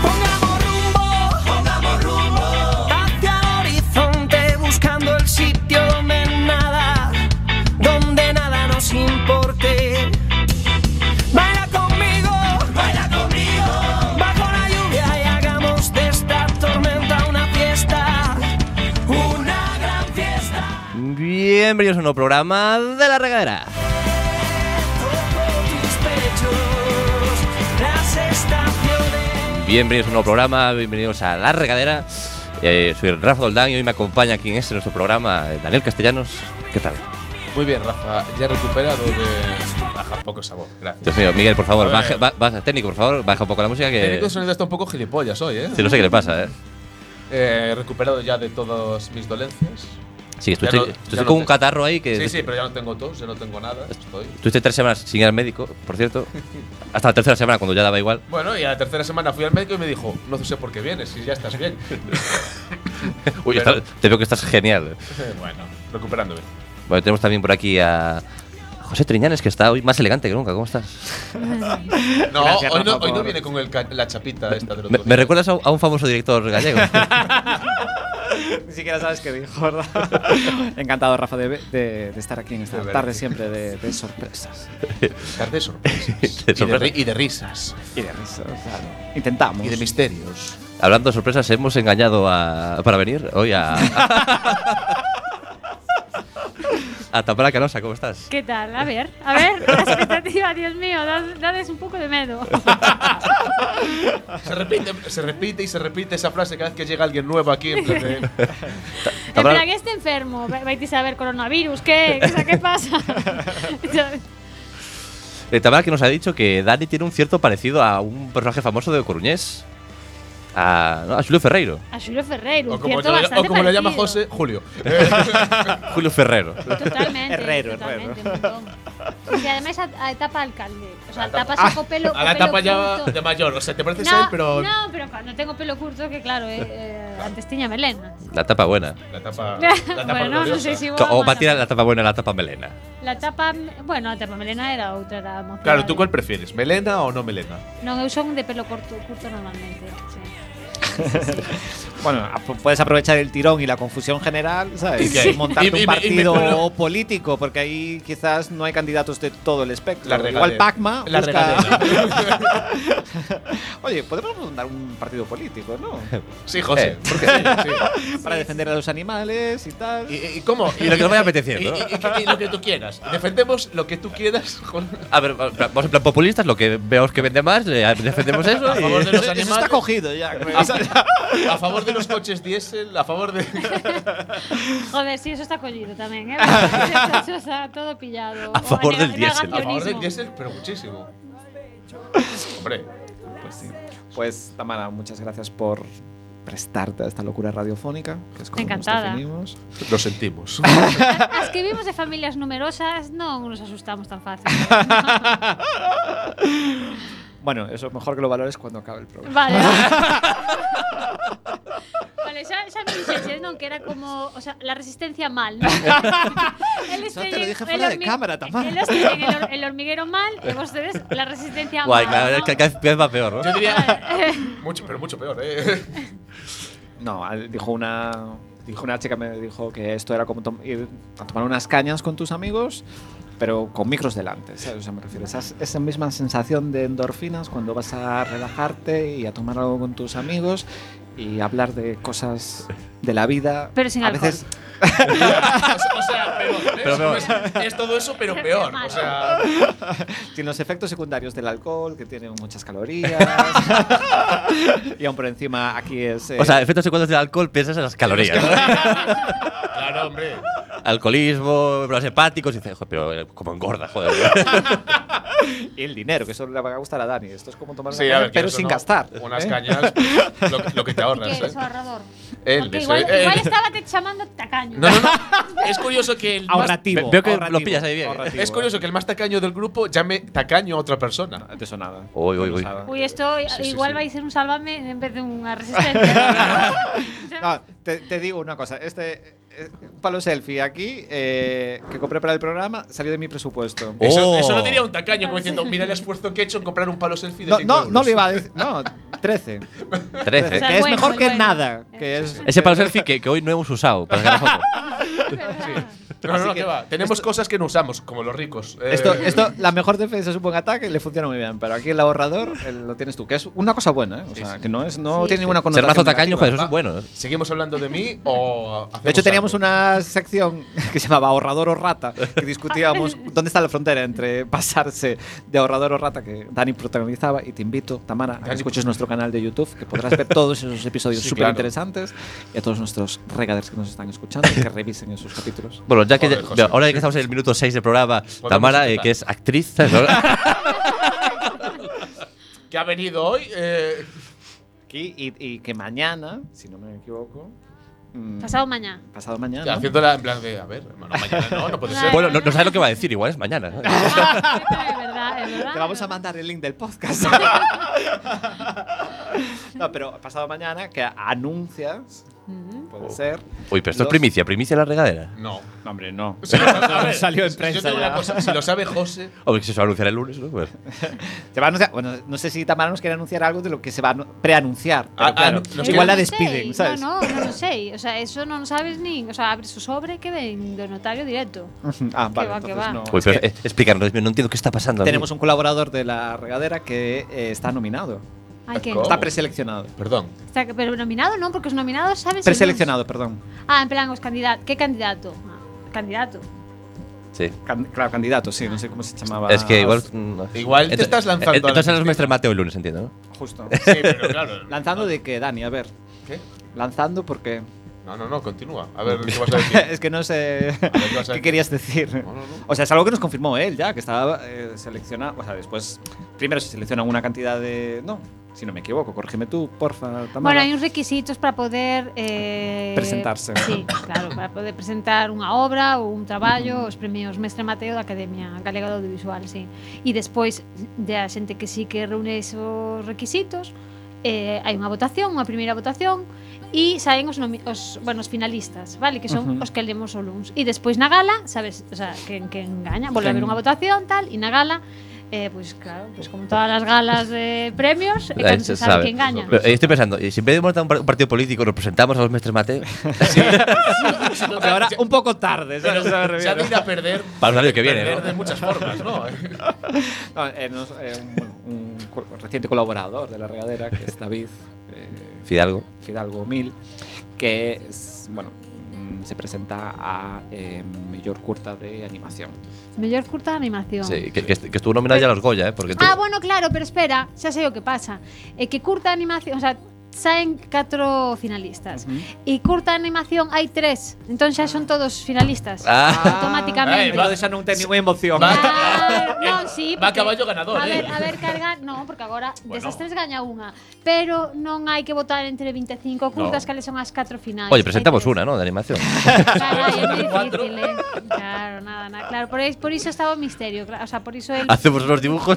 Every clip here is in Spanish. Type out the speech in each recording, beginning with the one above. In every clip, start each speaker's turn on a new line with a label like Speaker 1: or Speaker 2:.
Speaker 1: Pongamos rumbo, pongamos rumbo hacia el horizonte buscando el sitio donde nada, donde nada nos importe. Baila conmigo, baila conmigo bajo la lluvia y hagamos de esta tormenta una fiesta, una gran fiesta.
Speaker 2: Bienvenidos a un nuevo programa de La Regadera.
Speaker 1: Toco tus pechos, las estaciones.
Speaker 2: Bienvenidos a un nuevo programa, bienvenidos a La Regadera. Eh, soy Rafa Doldán y hoy me acompaña aquí en este nuestro programa eh, Daniel Castellanos. ¿Qué tal?
Speaker 3: Muy bien, Rafa. Ya recuperado de. Baja un poco esa voz, gracias.
Speaker 2: Dios mío, Miguel, por favor,
Speaker 3: A ver.
Speaker 2: baja, ba- baja- técnico, por favor, baja un poco la música
Speaker 3: El
Speaker 2: que...
Speaker 3: técnico de sonido está un poco gilipollas hoy, ¿eh?
Speaker 2: Sí, no sé qué le pasa, ¿eh?
Speaker 3: Eh, Recuperado ya de todas mis dolencias.
Speaker 2: Sí, estuviste,
Speaker 3: no-
Speaker 2: estuviste
Speaker 3: ya no
Speaker 2: con un
Speaker 3: te-
Speaker 2: catarro ahí que...
Speaker 3: Sí, sí, pero ya no tengo tos, ya no tengo nada. Estoy.
Speaker 2: Estuviste tres semanas sin ir al médico, por cierto. Hasta la tercera semana, cuando ya daba igual.
Speaker 3: Bueno, y a la tercera semana fui al médico y me dijo: No sé por qué vienes, si ya estás bien.
Speaker 2: Uy,
Speaker 3: Pero-
Speaker 2: está- te veo que estás genial.
Speaker 3: bueno, recuperándome.
Speaker 2: Bueno, tenemos también por aquí a José Triñanes, que está hoy más elegante que nunca. ¿Cómo estás?
Speaker 3: No,
Speaker 4: Gracias,
Speaker 3: hoy no,
Speaker 4: Rafa,
Speaker 3: hoy no
Speaker 4: por-
Speaker 3: viene con el ca- la chapita esta de los
Speaker 2: Me,
Speaker 3: dos
Speaker 2: me
Speaker 3: días.
Speaker 2: recuerdas a, un- a un famoso director gallego.
Speaker 4: Ni siquiera sabes qué dijo, ¿verdad? Encantado, Rafa, de, de- de estar aquí en esta
Speaker 3: De verdad.
Speaker 4: tarde siempre de, de sorpresas
Speaker 3: Tarde de sorpresas.
Speaker 2: De
Speaker 3: y, de
Speaker 2: sorpresa.
Speaker 3: ri- y de risas.
Speaker 4: y de risas. claro. Intentamos.
Speaker 3: Y de misterios.
Speaker 2: Hablando de sorpresas, hemos engañado a, para venir hoy a. a Tamara Canosa, ¿cómo estás?
Speaker 5: ¿Qué tal? A ver, a ver, la expectativa, Dios mío, dad- dades un poco de miedo.
Speaker 3: Se repite, se repite y se repite esa frase cada vez que llega alguien nuevo aquí. En plan de-
Speaker 5: En
Speaker 2: Tamara-
Speaker 5: plan, este enfermo, Ve- vais a ver coronavirus, ¿qué? O sea, ¿Qué pasa?
Speaker 2: Eh, Tamara que nos ha dicho que Dani tiene un cierto parecido a un personaje famoso de Coruñés. A, no, a Julio Ferreiro.
Speaker 5: A Julio Ferreiro,
Speaker 3: o
Speaker 5: un
Speaker 3: como,
Speaker 5: cierto
Speaker 3: lo- o
Speaker 5: bastante
Speaker 3: como le llama
Speaker 5: parecido.
Speaker 3: José, Julio. Eh,
Speaker 2: Julio Ferrero.
Speaker 5: Totalmente,
Speaker 4: Herrero,
Speaker 5: totalmente, un montón. Y además a, a etapa alcalde, o sea,
Speaker 3: A etapa- Ah,
Speaker 5: etapa saco pelo
Speaker 3: A la
Speaker 5: pelo
Speaker 3: etapa ya
Speaker 5: curto.
Speaker 3: de mayor, o sea, te pareces a él,
Speaker 5: no,
Speaker 3: pero.
Speaker 5: no, pero cuando tengo pelo curto, que claro, eh, eh, antes tenía melena.
Speaker 2: La tapa buena.
Speaker 3: La etapa. Ah, La etapa
Speaker 5: bueno, no
Speaker 3: gloriosa.
Speaker 5: sé si voy
Speaker 2: O
Speaker 5: a
Speaker 2: va a tirar
Speaker 5: matar.
Speaker 2: la tapa buena a la tapa melena.
Speaker 5: La tapa, bueno, a tapa melena era outra era más
Speaker 3: Claro,
Speaker 5: cuidada.
Speaker 3: ¿tú cuál prefieres? ¿Melena o no melena?
Speaker 5: Non, eu son de pelo corto, curto normalmente. Sí.
Speaker 4: Bueno, ap- puedes aprovechar el tirón y la confusión general, ¿sabes?
Speaker 3: ¿Y qué?
Speaker 4: Y montarte
Speaker 3: Y- y me- y
Speaker 4: un
Speaker 3: me
Speaker 4: partido
Speaker 3: cuelo.
Speaker 4: político, porque ahí quizás no hay candidatos de todo el espectro.
Speaker 3: La
Speaker 4: Igual
Speaker 3: regadera.
Speaker 4: Pacma.
Speaker 3: La
Speaker 4: busca-
Speaker 3: regadera.
Speaker 4: Oye, podemos montar un partido político, ¿no?
Speaker 3: Sí,
Speaker 2: Eh.
Speaker 3: José. ¿por qué? Sí,
Speaker 4: Para defender a los animales y tal.
Speaker 3: sí. ¿Y, y cómo?
Speaker 2: Y lo que nos vaya apeteciendo.
Speaker 3: Y, y- y- y lo que tú quieras. Defendemos lo que tú quieras con.
Speaker 2: A ver, va- va- vamos en plan populistas, lo que veamos que vende más, le defendemos eso.
Speaker 3: A favor
Speaker 2: y-
Speaker 3: de los
Speaker 4: Eso- eso está
Speaker 3: animales.
Speaker 4: cogido ya. pues. creo.
Speaker 3: A favor de los coches diésel, a favor de.
Speaker 5: Joder, sí, eso está collido tamén, eh? Eso está todo pillado.
Speaker 2: A
Speaker 5: O
Speaker 2: favor del
Speaker 5: nega-
Speaker 2: diésel.
Speaker 3: A favor del
Speaker 5: negacionismo.
Speaker 3: diésel, pero muchísimo. Hombre.
Speaker 4: Pues sí. Pues, Tamara, muchas gracias por prestarte a esta locura radiofónica, que es como
Speaker 5: Encantada.
Speaker 4: nos definimos.
Speaker 3: Lo sentimos.
Speaker 5: As que vimos de familias numerosas non nos asustamos tan fácil.
Speaker 4: Bueno, eso mejor que lo valores cuando acabe el programa.
Speaker 5: Vale. Vale, xa, xa me dixeches, non? Que era como, o sea, la resistencia mal, non? Eles
Speaker 4: Xa te lo
Speaker 5: teñen
Speaker 4: dije
Speaker 5: el
Speaker 4: fuera de
Speaker 5: hormi-
Speaker 4: cámara, Tamara.
Speaker 5: Eles teñen el, hor- el hormiguero mal e vostedes la resistencia
Speaker 2: Guay,
Speaker 5: mal.
Speaker 2: cada,
Speaker 5: non?
Speaker 2: cada- cada vez va peor, ¿no?
Speaker 3: Yo diría.
Speaker 5: Vale.
Speaker 3: Mucho, pero mucho peor, ¿eh?
Speaker 4: No, al- dijo una, dijo una chica, me dijo que esto era como tom- ir a tomar unas cañas con tus amigos, pero con micros delante, ¿sabes? O sea, me refiero a esa, esa misma sensación de endorfinas cuando vas a relajarte y a tomar algo con tus amigos y hablar de cosas de la vida.
Speaker 5: Pero sin
Speaker 4: a
Speaker 5: alcohol.
Speaker 4: veces
Speaker 3: O sea, peor. ¿eh?
Speaker 2: Pero peor.
Speaker 3: Es, es todo eso, pero
Speaker 5: Pero
Speaker 3: peor.
Speaker 5: malo.
Speaker 3: O sea,
Speaker 4: Sin los efectos secundarios del alcohol, que tiene muchas calorías. y aún por encima aquí es... eh,
Speaker 2: O sea, efectos secundarios del alcohol, piensas en las calorías.
Speaker 3: claro, hombre.
Speaker 2: alcoholismo, problemas hepáticos. Y dice, "Joder, pero eh, como engorda, joder.
Speaker 4: Y el dinero, que eso le va a gustar a Dani. Esto es como tomar una
Speaker 3: Sí, a
Speaker 4: caña,
Speaker 3: ver,
Speaker 4: pero
Speaker 3: quieras o
Speaker 4: sin
Speaker 3: no,
Speaker 4: gastar.
Speaker 3: Unas
Speaker 4: ¿eh?
Speaker 3: cañas, lo, lo que te
Speaker 5: ¿Qué
Speaker 3: ahorras,
Speaker 5: eres,
Speaker 3: ¿eh?
Speaker 5: ahorrador?
Speaker 3: Él,
Speaker 5: Porque
Speaker 3: eso,
Speaker 5: igual,
Speaker 3: él.
Speaker 5: igual estaba te llamando tacaño.
Speaker 3: No, no, no. Es curioso que el más,
Speaker 4: Ahorrativo. ¿eh?
Speaker 2: Veo que
Speaker 4: ahorrativo,
Speaker 2: los pillas ahí bien.
Speaker 4: ahorrativo,
Speaker 3: es curioso que el más tacaño del grupo llame tacaño a otra persona.
Speaker 4: eh. De eso nada.
Speaker 2: Uy, uy, uy.
Speaker 4: Nada.
Speaker 5: Uy, esto
Speaker 3: Sí, sí,
Speaker 5: igual
Speaker 3: sí.
Speaker 5: va a ser un sálvame en vez de una resistencia.
Speaker 4: No, te, te digo una cosa. Este eh, un palo selfie aquí eh, que compré para el programa salió de mi presupuesto.
Speaker 2: Oh.
Speaker 3: Eso, eso lo diría un tacaño, como diciendo, mira el esfuerzo que he hecho en comprar un palo selfie de
Speaker 4: No,
Speaker 3: cinco
Speaker 4: no, no
Speaker 3: euros".
Speaker 4: le iba a decir. No, 13.
Speaker 2: Trece.
Speaker 5: O sea,
Speaker 4: que es
Speaker 5: bueno,
Speaker 4: mejor que
Speaker 5: bueno.
Speaker 4: nada. Que es,
Speaker 2: Ese palo selfie que, que hoy no hemos usado. para sacar la foto.
Speaker 3: No, no,
Speaker 4: Así
Speaker 3: no,
Speaker 4: que
Speaker 3: que va. Tenemos cosas que no usamos, como los ricos. Eh,
Speaker 4: Esto, esto, la mejor defensa es un buen ataque, le funciona muy bien, pero aquí el ahorrador eh, lo tienes tú, que es una cosa buena, ¿eh? o sea, que no, es, no
Speaker 5: Sí.
Speaker 4: tiene ninguna
Speaker 2: Ser
Speaker 4: connotación.
Speaker 2: mazo tacaño,
Speaker 4: negativa.
Speaker 2: joder, eso es bueno. ¿eh?
Speaker 3: ¿Seguimos hablando de mí o hacemos
Speaker 4: De hecho, teníamos
Speaker 3: algo?
Speaker 4: una sección que se llamaba ahorrador o rata, que discutíamos dónde está la frontera entre pasarse de ahorrador o rata, que Dani protagonizaba, y te invito, Tamara, a que
Speaker 3: Dani-
Speaker 4: escuches nuestro canal de YouTube, que podrás ver todos esos episodios
Speaker 3: Sí,
Speaker 4: súper
Speaker 3: claro.
Speaker 4: interesantes, y a todos nuestros regaders que nos están escuchando, que revisen esos capítulos.
Speaker 2: Bueno, ya que
Speaker 3: Joder,
Speaker 2: ya-
Speaker 3: José.
Speaker 2: ahora ya que estamos en el minuto 6 del programa, Tamara, eh,
Speaker 3: empezar.
Speaker 2: que es actriz, ¿sabes? ¿No?
Speaker 3: Que ha venido hoy. eh,
Speaker 4: Aquí, y, y que mañana, si no me equivoco, mm,
Speaker 5: Pasado mañana.
Speaker 4: pasado mañana.
Speaker 3: haciéndola en plan de, a ver, hermano, mañana no, no puede ser.
Speaker 2: bueno, no, no sabes lo que va a decir, igual es mañana. ¿no?
Speaker 5: es verdad, es verdad.
Speaker 4: Te vamos a mandar el link del podcast. no, pero pasado mañana que anuncias,
Speaker 5: Ujú.
Speaker 4: puede ser.
Speaker 2: Uy, pero esto es
Speaker 4: Los-
Speaker 2: primicia, primicia en la regadera.
Speaker 3: No.
Speaker 4: Oh. No, hombre, no.
Speaker 3: Si lo sabe- a ver,
Speaker 4: Salió en
Speaker 3: si-
Speaker 4: prensa
Speaker 3: Yo tengo
Speaker 4: ya.
Speaker 3: una cosa, si lo sabe José.
Speaker 2: Hombre, que se va a anunciar el lunes, ¿no? Pues-
Speaker 4: Se va a anunciar, bueno, no sé si Tamara nos quiere anunciar algo de lo que se va a anu- preanunciar. pero
Speaker 3: Ah,
Speaker 4: claro,
Speaker 3: ah, nos
Speaker 4: igual la
Speaker 5: no sei,
Speaker 4: despiden, ¿sabes?
Speaker 5: No, no, no lo sé. O sea, eso no lo sabes ni. O sea, abres su sobre que ven de notario directo.
Speaker 4: Ah,
Speaker 5: Que
Speaker 4: vale,
Speaker 5: va, que
Speaker 4: entonces
Speaker 5: va.
Speaker 4: no.
Speaker 2: Uy, pero eh, explícanos, no entiendo qué está pasando.
Speaker 4: Tenemos un colaborador de la regadera que eh, está nominado.
Speaker 5: Ay, que
Speaker 3: ¿Cómo?
Speaker 4: Está preseleccionado.
Speaker 3: Perdón.
Speaker 5: Está- pero nominado no, porque os nominados saben
Speaker 4: Preseleccionado, perdón.
Speaker 5: Ah, en plan, os candidato. ¿Qué candidato? Ah, Candidato.
Speaker 2: Sí.
Speaker 4: Can- claro, candidato, sí, no sé cómo se llamaba.
Speaker 2: Es que igual. no sé.
Speaker 3: Igual te
Speaker 2: Ento-
Speaker 3: estás lanzando
Speaker 2: eh,
Speaker 3: a la
Speaker 2: Entonces nos muestra el Mateo el lunes, entiendo, ¿no?
Speaker 4: Justo.
Speaker 3: Sí, pero claro.
Speaker 4: Lanzando de que, Dani, a ver.
Speaker 3: ¿Qué?
Speaker 4: Lanzando porque.
Speaker 3: No, no, no, continúa. A ver, ¿qué vas a decir?
Speaker 4: es que no sé
Speaker 3: ver, ¿qué vas a
Speaker 4: qué
Speaker 3: decir?
Speaker 4: querías decir.
Speaker 3: No, no, no.
Speaker 4: O sea, es algo que nos confirmó él ya, que estaba eh, seleccionado. O sea, después, primero se selecciona una cantidad de. No, si no me equivoco, corrígeme tú, porfa, Tamara.
Speaker 5: Bueno, hay unos requisitos para poder. eh,
Speaker 4: Presentarse.
Speaker 5: Sí, claro, para poder presentar unha obra ou un traballo os premios Mestre Mateo da Academia Galega do Audiovisual, sí. E despois de a xente que sí que reúne esos requisitos, eh, hai unha votación, unha primeira votación e saen os, nomi- os, bueno, os finalistas, vale, que son
Speaker 4: Ujú.
Speaker 5: os que lemos o luns. E despois na gala, sabes, o sea, que que engaña, volve a haber
Speaker 4: Quen-
Speaker 5: unha votación tal e na gala Eh, pues claro, pues como todas las galas de premios, eh,
Speaker 2: Eh,
Speaker 5: cando
Speaker 2: se
Speaker 5: se sabe,
Speaker 2: sabe.
Speaker 5: que engaña.
Speaker 2: Pero, eh, estoy pensando, ¿y si en vez de montar un par- un partido político nos presentamos a los mestres Mateo,
Speaker 4: Porque ahora un poco tarde, ¿sabes?
Speaker 3: Pero se ha de ir a perder.
Speaker 2: Para el horario que viene,
Speaker 3: Perder
Speaker 2: ¿no?
Speaker 3: de muchas formas, ¿no?
Speaker 4: No, eh, nos- eh, un, bueno, un co- reciente colaborador de la regadera, que es David eh,
Speaker 2: Fidalgo?
Speaker 4: Fidalgo Mil, que es, bueno, mm, se presenta a eh, Mayor Curta de Animación.
Speaker 5: Mellor curta de animación.
Speaker 2: Sí, que, que est- que estuvo nominado ya a los Goya, ¿eh? Porque tú-
Speaker 5: Ah, bueno, claro, pero espera, xa sei o que pasa. É que curta de animación, o sea, saen catro finalistas. E curta de animación hai tres, entón xa son todos finalistas.
Speaker 2: Ah,
Speaker 4: Ah,
Speaker 5: Automáticamente.
Speaker 4: entonces ya no tengo ninguna emoción.
Speaker 5: Ah, non, sí,
Speaker 3: Va a
Speaker 5: porque-
Speaker 3: caballo ganador,
Speaker 5: A ver,
Speaker 3: eh.
Speaker 5: a ver, carga, no, porque agora
Speaker 3: Bueno.
Speaker 5: desas tres gaña unha, pero non hai que votar entre 25 curtas,
Speaker 2: No.
Speaker 5: cales son as catro finais.
Speaker 2: Oye, presentamos
Speaker 5: Hai tres.
Speaker 2: una, ¿no? De animación.
Speaker 5: Carai, é moi difícil, eh. Claro, nada, nada, claro, por, is- por iso estaba o misterio, cla- o sea, por iso el
Speaker 2: Hacemos unos dibujos.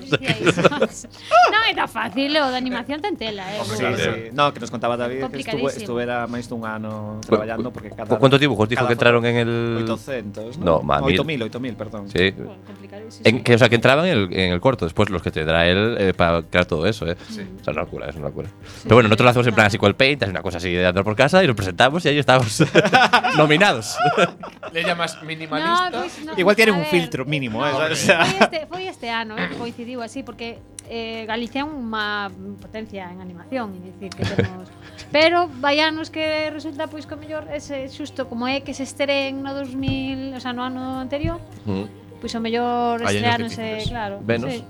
Speaker 5: non é tan fácil, o de animación ten tela, eh.
Speaker 4: Sí,
Speaker 3: Claro.
Speaker 4: sí. No, que nos contaba David que estuvo,
Speaker 5: Complicadísimo.
Speaker 4: estuviera máis dun ano traballando porque cada...
Speaker 2: ¿Cu- ¿Cuántos dibujos dijo
Speaker 4: cada
Speaker 2: que entraron en el.
Speaker 4: 800,
Speaker 2: No,
Speaker 4: ¿no?
Speaker 2: ma,
Speaker 4: 8000, 8000, perdón.
Speaker 2: Sí.
Speaker 5: Bueno, complicadísimo.
Speaker 2: En que, o sea, que entraban en el, en el corto, después los que tendrá él eh, para crear todo eso, ¿eh? O sea, es una locura, es una locura. Pero bueno, nosotros lo hacemos en plan así con el paint, es una cosa así de andar por casa y lo presentamos y ahí estamos nominados.
Speaker 3: Le llamas minimalista.
Speaker 5: No, pois non,
Speaker 4: Igual tienen
Speaker 5: a
Speaker 4: un
Speaker 5: ver,
Speaker 4: filtro mínimo, ¿eh?
Speaker 3: hombre.
Speaker 4: O sea,
Speaker 5: Foi este, foi este ano, eh, coincidiu así, porque eh, Galicia é unha potencia en animación, é dicir, que temos... Pero vai anos que resulta pois que o mellor ese xusto como é que se estreen no 2000, o sea, no ano anterior,
Speaker 2: Mm.
Speaker 5: pois o mellor
Speaker 3: Hai años
Speaker 5: estreáronse,
Speaker 3: difíciles.
Speaker 5: claro.
Speaker 2: Menos.
Speaker 5: Sí.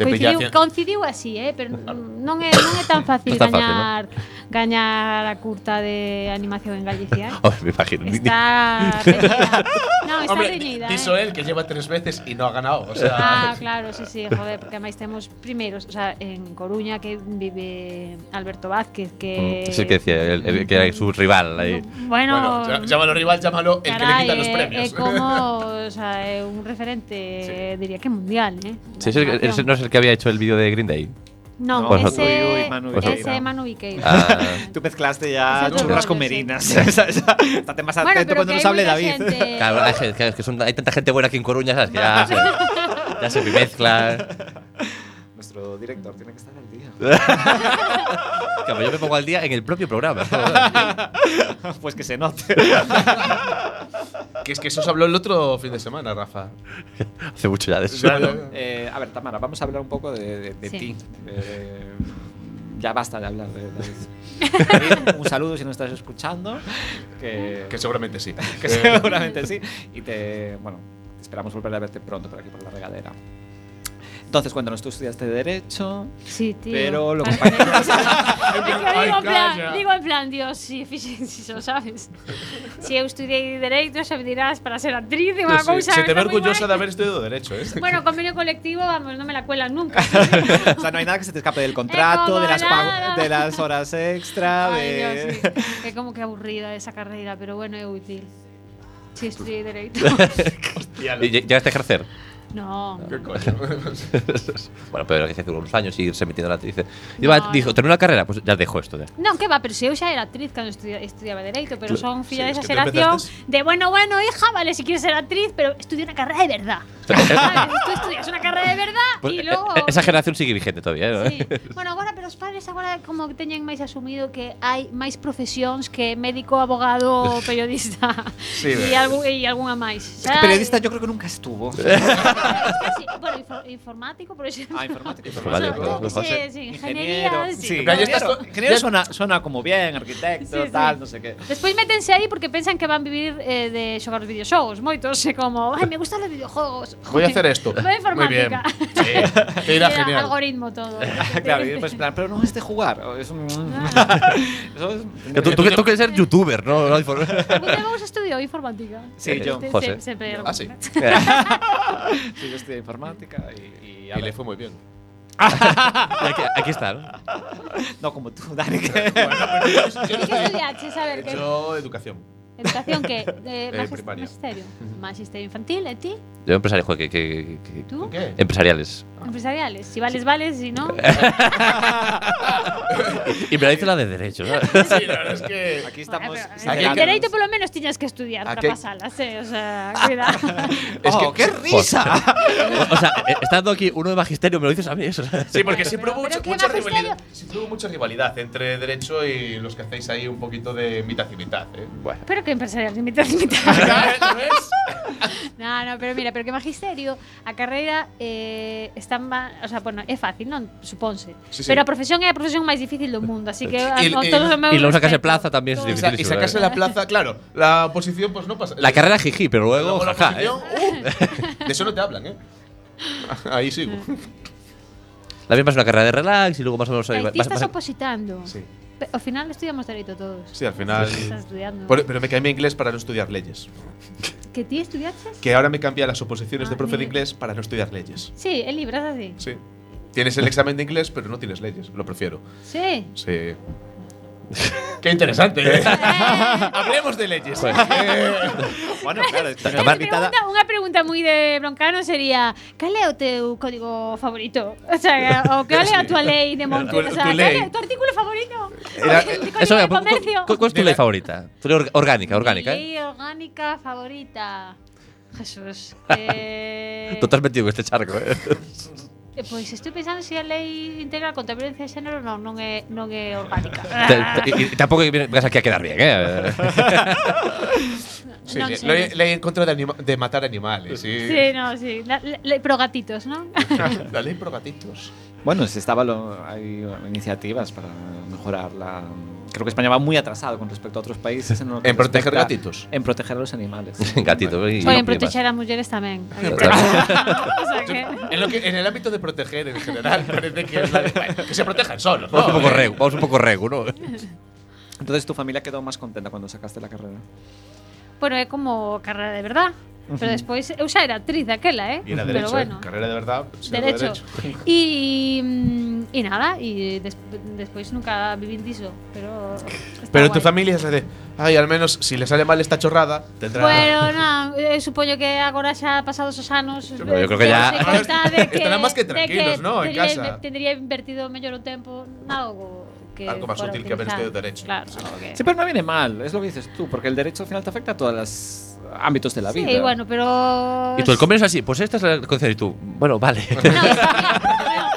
Speaker 3: Te pilla
Speaker 5: Coincidiu,
Speaker 3: haciendo-
Speaker 5: coincidiu así, eh, pero mm, non é non é tan fácil
Speaker 2: Está fácil,
Speaker 5: gañar gañar a curta de animación en Galicia. eh.
Speaker 2: Hombre, me imagino. Oh, Ni-
Speaker 5: Está reñida. Non, está reñida.
Speaker 3: diso
Speaker 5: eh.
Speaker 3: él que lleva tres veces y no ha ganado. O sea,
Speaker 5: Ah, claro, sí, sí, joder, porque además tenemos primeros, o sea, en Coruña que vive Alberto Vázquez, que...
Speaker 2: Es el Mm. que decía, el, el que era su rival ahí.
Speaker 5: Bueno,
Speaker 3: bueno, llá- llámalo rival, llámalo el que le
Speaker 5: carai,
Speaker 3: quita los
Speaker 5: é-
Speaker 3: premios.
Speaker 5: É como, o sea, é un referente, diría que mundial, ¿eh?
Speaker 2: Sí, ese,
Speaker 5: Nación.
Speaker 2: ese no es el que había hecho el vídeo de Green Day.
Speaker 5: No,
Speaker 4: No,
Speaker 5: ese,
Speaker 4: Uy, uy, Manu
Speaker 5: ese
Speaker 4: Viqueira.
Speaker 5: Manu Viqueira.
Speaker 2: Ah,
Speaker 4: Tú mezclaste ya
Speaker 5: Ese
Speaker 4: churras con
Speaker 5: otro rollo, sí.
Speaker 4: merinas. Estate más atento cuando nos hable David.
Speaker 5: gente-
Speaker 2: claro, hay, gente- claro, es que son- hay tanta gente buena aquí en Coruña, ¿sabes? Que ya se, ya se mezcla.
Speaker 4: Nuestro director tiene que estar al día.
Speaker 2: Claro, yo me pongo al día en el propio programa.
Speaker 4: pues que se note.
Speaker 3: Que es que eso os habló el otro fin de semana, Rafa.
Speaker 2: Hace mucho ya de eso.
Speaker 3: Claro.
Speaker 4: Eh, a ver, Tamara, vamos a hablar un poco de, de- de
Speaker 5: Sí.
Speaker 4: ti. Eh, ya basta de hablar de David. David, un saludo si nos estás escuchando. Que,
Speaker 3: Que seguramente sí.
Speaker 4: que
Speaker 5: Eh.
Speaker 4: seguramente sí. Y te, bueno, esperamos volver a verte pronto por aquí, por la regadera. Entonces, cuéntanos, tú estudiaste Derecho,
Speaker 5: Sí, tío.
Speaker 4: pero lo
Speaker 5: Ay,
Speaker 4: compaginas-
Speaker 5: Es que digo, en
Speaker 3: calla.
Speaker 5: plan, digo en plan, Dios, si fixen si lo sabes. Si eu estudiei Dereito, xa me dirás para ser actriz e unha cousa...
Speaker 3: se te ve
Speaker 5: está moi
Speaker 3: orgullosa
Speaker 5: guai.
Speaker 3: de haber estudiado Derecho, ¿eh?
Speaker 5: Bueno, convenio colectivo, vamos, no me la cuelan nunca.
Speaker 4: o sea, no hay nada que se te escape del contrato, de las, pag-
Speaker 5: nada.
Speaker 4: de las horas extra,
Speaker 5: Ay,
Speaker 4: de...
Speaker 5: Dios, sí. Que como que aburrida esa carreira, pero bueno, é útil. Si estudiei Dereito.
Speaker 2: ¿Y lle- llegaste a ejercer?
Speaker 5: No.
Speaker 3: ¿Qué coño?
Speaker 2: Bueno, pero hay que hacer unos años y irse metiendo en la actriz. Digo, ah,
Speaker 5: no.
Speaker 2: dijo, termino la carrera, pues ya dejo esto. Ya.
Speaker 5: Non, que va, pero se eu xa era actriz cando estudia, estudiaba Dereito, pero son filla
Speaker 3: sí, es que
Speaker 5: desa
Speaker 3: tú
Speaker 5: xeración
Speaker 3: empezaste-
Speaker 5: de, bueno, bueno, hija, vale, si quieres ser actriz, pero estudia una carrera de verdad. ¿Sabes? Tú estudias una carrera de verdad
Speaker 2: Pues,
Speaker 5: y
Speaker 2: eh,
Speaker 5: luego...
Speaker 2: eh, esa generación sigue vigente todavía, ¿eh? ¿no?
Speaker 5: Sí. Bueno, agora, pero os padres agora como que teñen máis asumido que hai máis profesións que médico, abogado, periodista sí, e, algu e algunha máis.
Speaker 4: Es que
Speaker 5: Xa,
Speaker 4: periodista yo creo que nunca estuvo.
Speaker 5: es que sí. Bueno, infor- informático, por exemplo.
Speaker 4: Ah, informático. pues,
Speaker 2: Informático.
Speaker 5: Yo qué
Speaker 2: José.
Speaker 5: sé, sí, ingeniería, sí.
Speaker 4: Sí,
Speaker 3: plan, ya estás
Speaker 4: ingeniero,
Speaker 3: con-
Speaker 4: ingeniero
Speaker 3: ya-
Speaker 4: suena, suena como bien, arquitecto,
Speaker 5: Sí, sí.
Speaker 4: tal, no sé qué.
Speaker 5: Despois métense aí porque pensan que van vivir eh, de xogar os videoxogos, moitos, e como, ai, me gustan os videoxogos.
Speaker 3: Voy a hacer esto.
Speaker 5: Voy a
Speaker 3: Muy bien.
Speaker 5: informática.
Speaker 3: Sí, te irá
Speaker 5: Era
Speaker 3: genial.
Speaker 5: algoritmo todo.
Speaker 4: claro, y después en plan, pero no es de jugar. o Es un...
Speaker 5: Ah.
Speaker 4: Eso es-
Speaker 2: Tú, tú, que- tú quieres ser youtuber, ¿no? No, por-
Speaker 5: Algún día vamos Pues a estudiar informática.
Speaker 4: Sí, yo.
Speaker 5: Se-
Speaker 2: José.
Speaker 5: se- Sempre
Speaker 3: Ah, sí.
Speaker 4: Sí, yo estudié informática y, y, a
Speaker 3: Y le
Speaker 4: ver,
Speaker 3: fue muy bien.
Speaker 2: Y aquí, aquí está, ¿no?
Speaker 4: no como tú, Dani. Que...
Speaker 3: pues,
Speaker 5: Que estudiaches, a ver, que
Speaker 3: Yo, educación.
Speaker 5: educación que eh, magis-
Speaker 3: primaria.
Speaker 5: magisterio, magisterio infantil, e ti,
Speaker 2: Yo empresario, joder, que, que- que-
Speaker 5: tú,
Speaker 3: ¿Qué?
Speaker 2: Empresariales.
Speaker 5: empresariales, si vales vales, si no,
Speaker 2: Y me la dice la de derecho, ¿no?
Speaker 3: Sí, la verdad es que.
Speaker 4: Aquí estamos.
Speaker 5: Bueno, pero,
Speaker 3: Aquí
Speaker 5: eh,
Speaker 3: hay que-
Speaker 5: dereito polo menos tiñas que estudiar para
Speaker 3: Aquí hay-
Speaker 5: pasalas, eh, o sea, cuidado.
Speaker 3: Es que-
Speaker 4: ¡Oh, qué risa!
Speaker 2: O sea, eh, estando aquí uno de magisterio, me lo dices a mí eso.
Speaker 3: Sí, porque
Speaker 5: Pero-
Speaker 3: siempre hubo
Speaker 5: pero
Speaker 3: mucha,
Speaker 5: ¿qué
Speaker 3: mucha
Speaker 5: magisterio?
Speaker 3: rivalidad, siempre hubo mucha rivalidad entre derecho y los que hacéis ahí un poquito de mitad y mitad. ¿eh?
Speaker 2: Bueno,
Speaker 5: Pero que empresariales, mitad y mitad. No, no, pero mira, pero que magisterio, a carreira eh, está má- o sea, bueno, é fácil, non? Suponse.
Speaker 3: Sí, sí.
Speaker 5: Pero a profesión é a profesión máis difícil do mundo, así que a-
Speaker 3: Y-
Speaker 5: con
Speaker 3: y-
Speaker 5: todos os meus
Speaker 2: y luego sacarse
Speaker 5: respetos.
Speaker 2: plaza también es
Speaker 3: Y,
Speaker 5: Todos-
Speaker 3: sa- y sacarse la plaza, claro, la oposición pues no pasa.
Speaker 2: la carrera jiji, pero luego,
Speaker 3: Luego la
Speaker 2: jaja, ¿eh?
Speaker 3: oposición, ¡uh! de eso no te hablan, ¿eh? Ahí sigo.
Speaker 2: La misma es una carrera de relax y luego más o menos.
Speaker 5: Ay,
Speaker 2: vas-
Speaker 5: ti
Speaker 2: vas-
Speaker 5: estás
Speaker 2: vas-
Speaker 5: opositando.
Speaker 3: Sí.
Speaker 5: Pe- Ao final estudiamos dereito todos.
Speaker 3: Sí, al final.
Speaker 5: Estás estudiando.
Speaker 3: Por- pero me cambié a inglés para no estudiar leyes.
Speaker 5: ¿Que ti estudiaches?
Speaker 3: Que ahora me cambié a las oposiciones de
Speaker 5: Ah,
Speaker 3: profe de
Speaker 5: bien.
Speaker 3: inglés para no estudiar leyes.
Speaker 5: Sí, el libro es así.
Speaker 3: Sí. Tienes el examen de inglés, pero no tienes leyes. Lo prefiero.
Speaker 5: Sí.
Speaker 3: Sí. Qué interesante. ¿eh? Hablemos de leyes.
Speaker 4: bueno, claro, es que
Speaker 5: Pero
Speaker 4: una
Speaker 5: Una
Speaker 4: invitada.
Speaker 5: pregunta, unha pregunta moi de broncano sería Cal é o teu código favorito? O sea, o cal é a tua lei de monte?
Speaker 3: Tu-
Speaker 5: O
Speaker 3: tu
Speaker 5: sea, cal
Speaker 3: lei.
Speaker 5: é o teu artículo favorito?
Speaker 3: Era-
Speaker 5: El código
Speaker 2: Eso,
Speaker 5: de
Speaker 2: ¿cu- cu-
Speaker 5: comercio
Speaker 2: cu- ¿Cuál es tu ley favorita? Tu ley org- orgánica, orgánica, ¿eh?
Speaker 5: Mi orgánica favorita. Jesús. Eh,
Speaker 2: Tú te has metido en este charco, ¿eh?
Speaker 5: eh, Pois estou pensando se a lei integral contra a violencia de xénero non, non é, non é orgánica. Ah,
Speaker 2: Te- te- y- y Tampoco que vienes- vengas aquí a quedar bien, ¿eh?
Speaker 3: Sí,
Speaker 5: Non
Speaker 3: le,
Speaker 5: sei.
Speaker 3: le- ley en contra de, anima- de matar animales. Sí.
Speaker 5: Sí, no, sí. La, la- la- pro gatitos, ¿no?
Speaker 3: La ley pro gatitos.
Speaker 4: Bueno, se estaba lo- hay iniciativas para mejorar la, creo que España va muy atrasado con respecto a otros países. En, lo que
Speaker 3: En proteger
Speaker 4: respecta-
Speaker 3: gatitos.
Speaker 4: En proteger a los animales.
Speaker 2: Gatito. ¿eh? y-
Speaker 5: Pueden
Speaker 2: y
Speaker 5: proteger a mujeres también.
Speaker 2: demás.
Speaker 5: O sea que-
Speaker 3: En, lo que- en el ámbito de proteger en general, parece que es la de- bueno, que se protejan solos.
Speaker 2: Vamos un
Speaker 3: ¿no?
Speaker 2: poco regu, vamos un poco regu, ¿no?
Speaker 4: Entonces tu familia quedó más contenta cuando sacaste la carrera.
Speaker 5: Bueno, é como carrera de verdad. Pero despois, eu xa era actriz daquela, eh?
Speaker 3: Y era
Speaker 5: pero
Speaker 3: derecho,
Speaker 5: bueno.
Speaker 3: ¿eh? carrera de verdad. ser
Speaker 5: derecho. Y, mm, y nada, y des- despois nunca vivir diso, pero está
Speaker 3: Pero tu
Speaker 5: guai.
Speaker 3: familia es la de, ay, al menos si le sale mal esta chorrada, tendrá.
Speaker 5: Bueno, non, eu supoño que agora xa pasados os anos
Speaker 2: Yo creo que ya-
Speaker 5: darse conta de que,
Speaker 3: Estarán máis que
Speaker 5: de
Speaker 3: tranquilos, ¿no? En
Speaker 5: tendría-
Speaker 3: casa.
Speaker 5: Tendría invertido mellor o tempo nalgo que
Speaker 3: Algo más
Speaker 5: fora
Speaker 3: útil que haber
Speaker 5: utilizar.
Speaker 3: estudiado derecho.
Speaker 5: Claro, que-
Speaker 4: Sí, pero no viene mal, es lo que dices tú, porque el derecho al final te afecta a todos los ámbitos de la vida.
Speaker 5: Sí, bueno, pero
Speaker 2: Y tú, el comer es así. Pues esta es la concepción. Y tú, bueno, vale.
Speaker 5: No, o sea,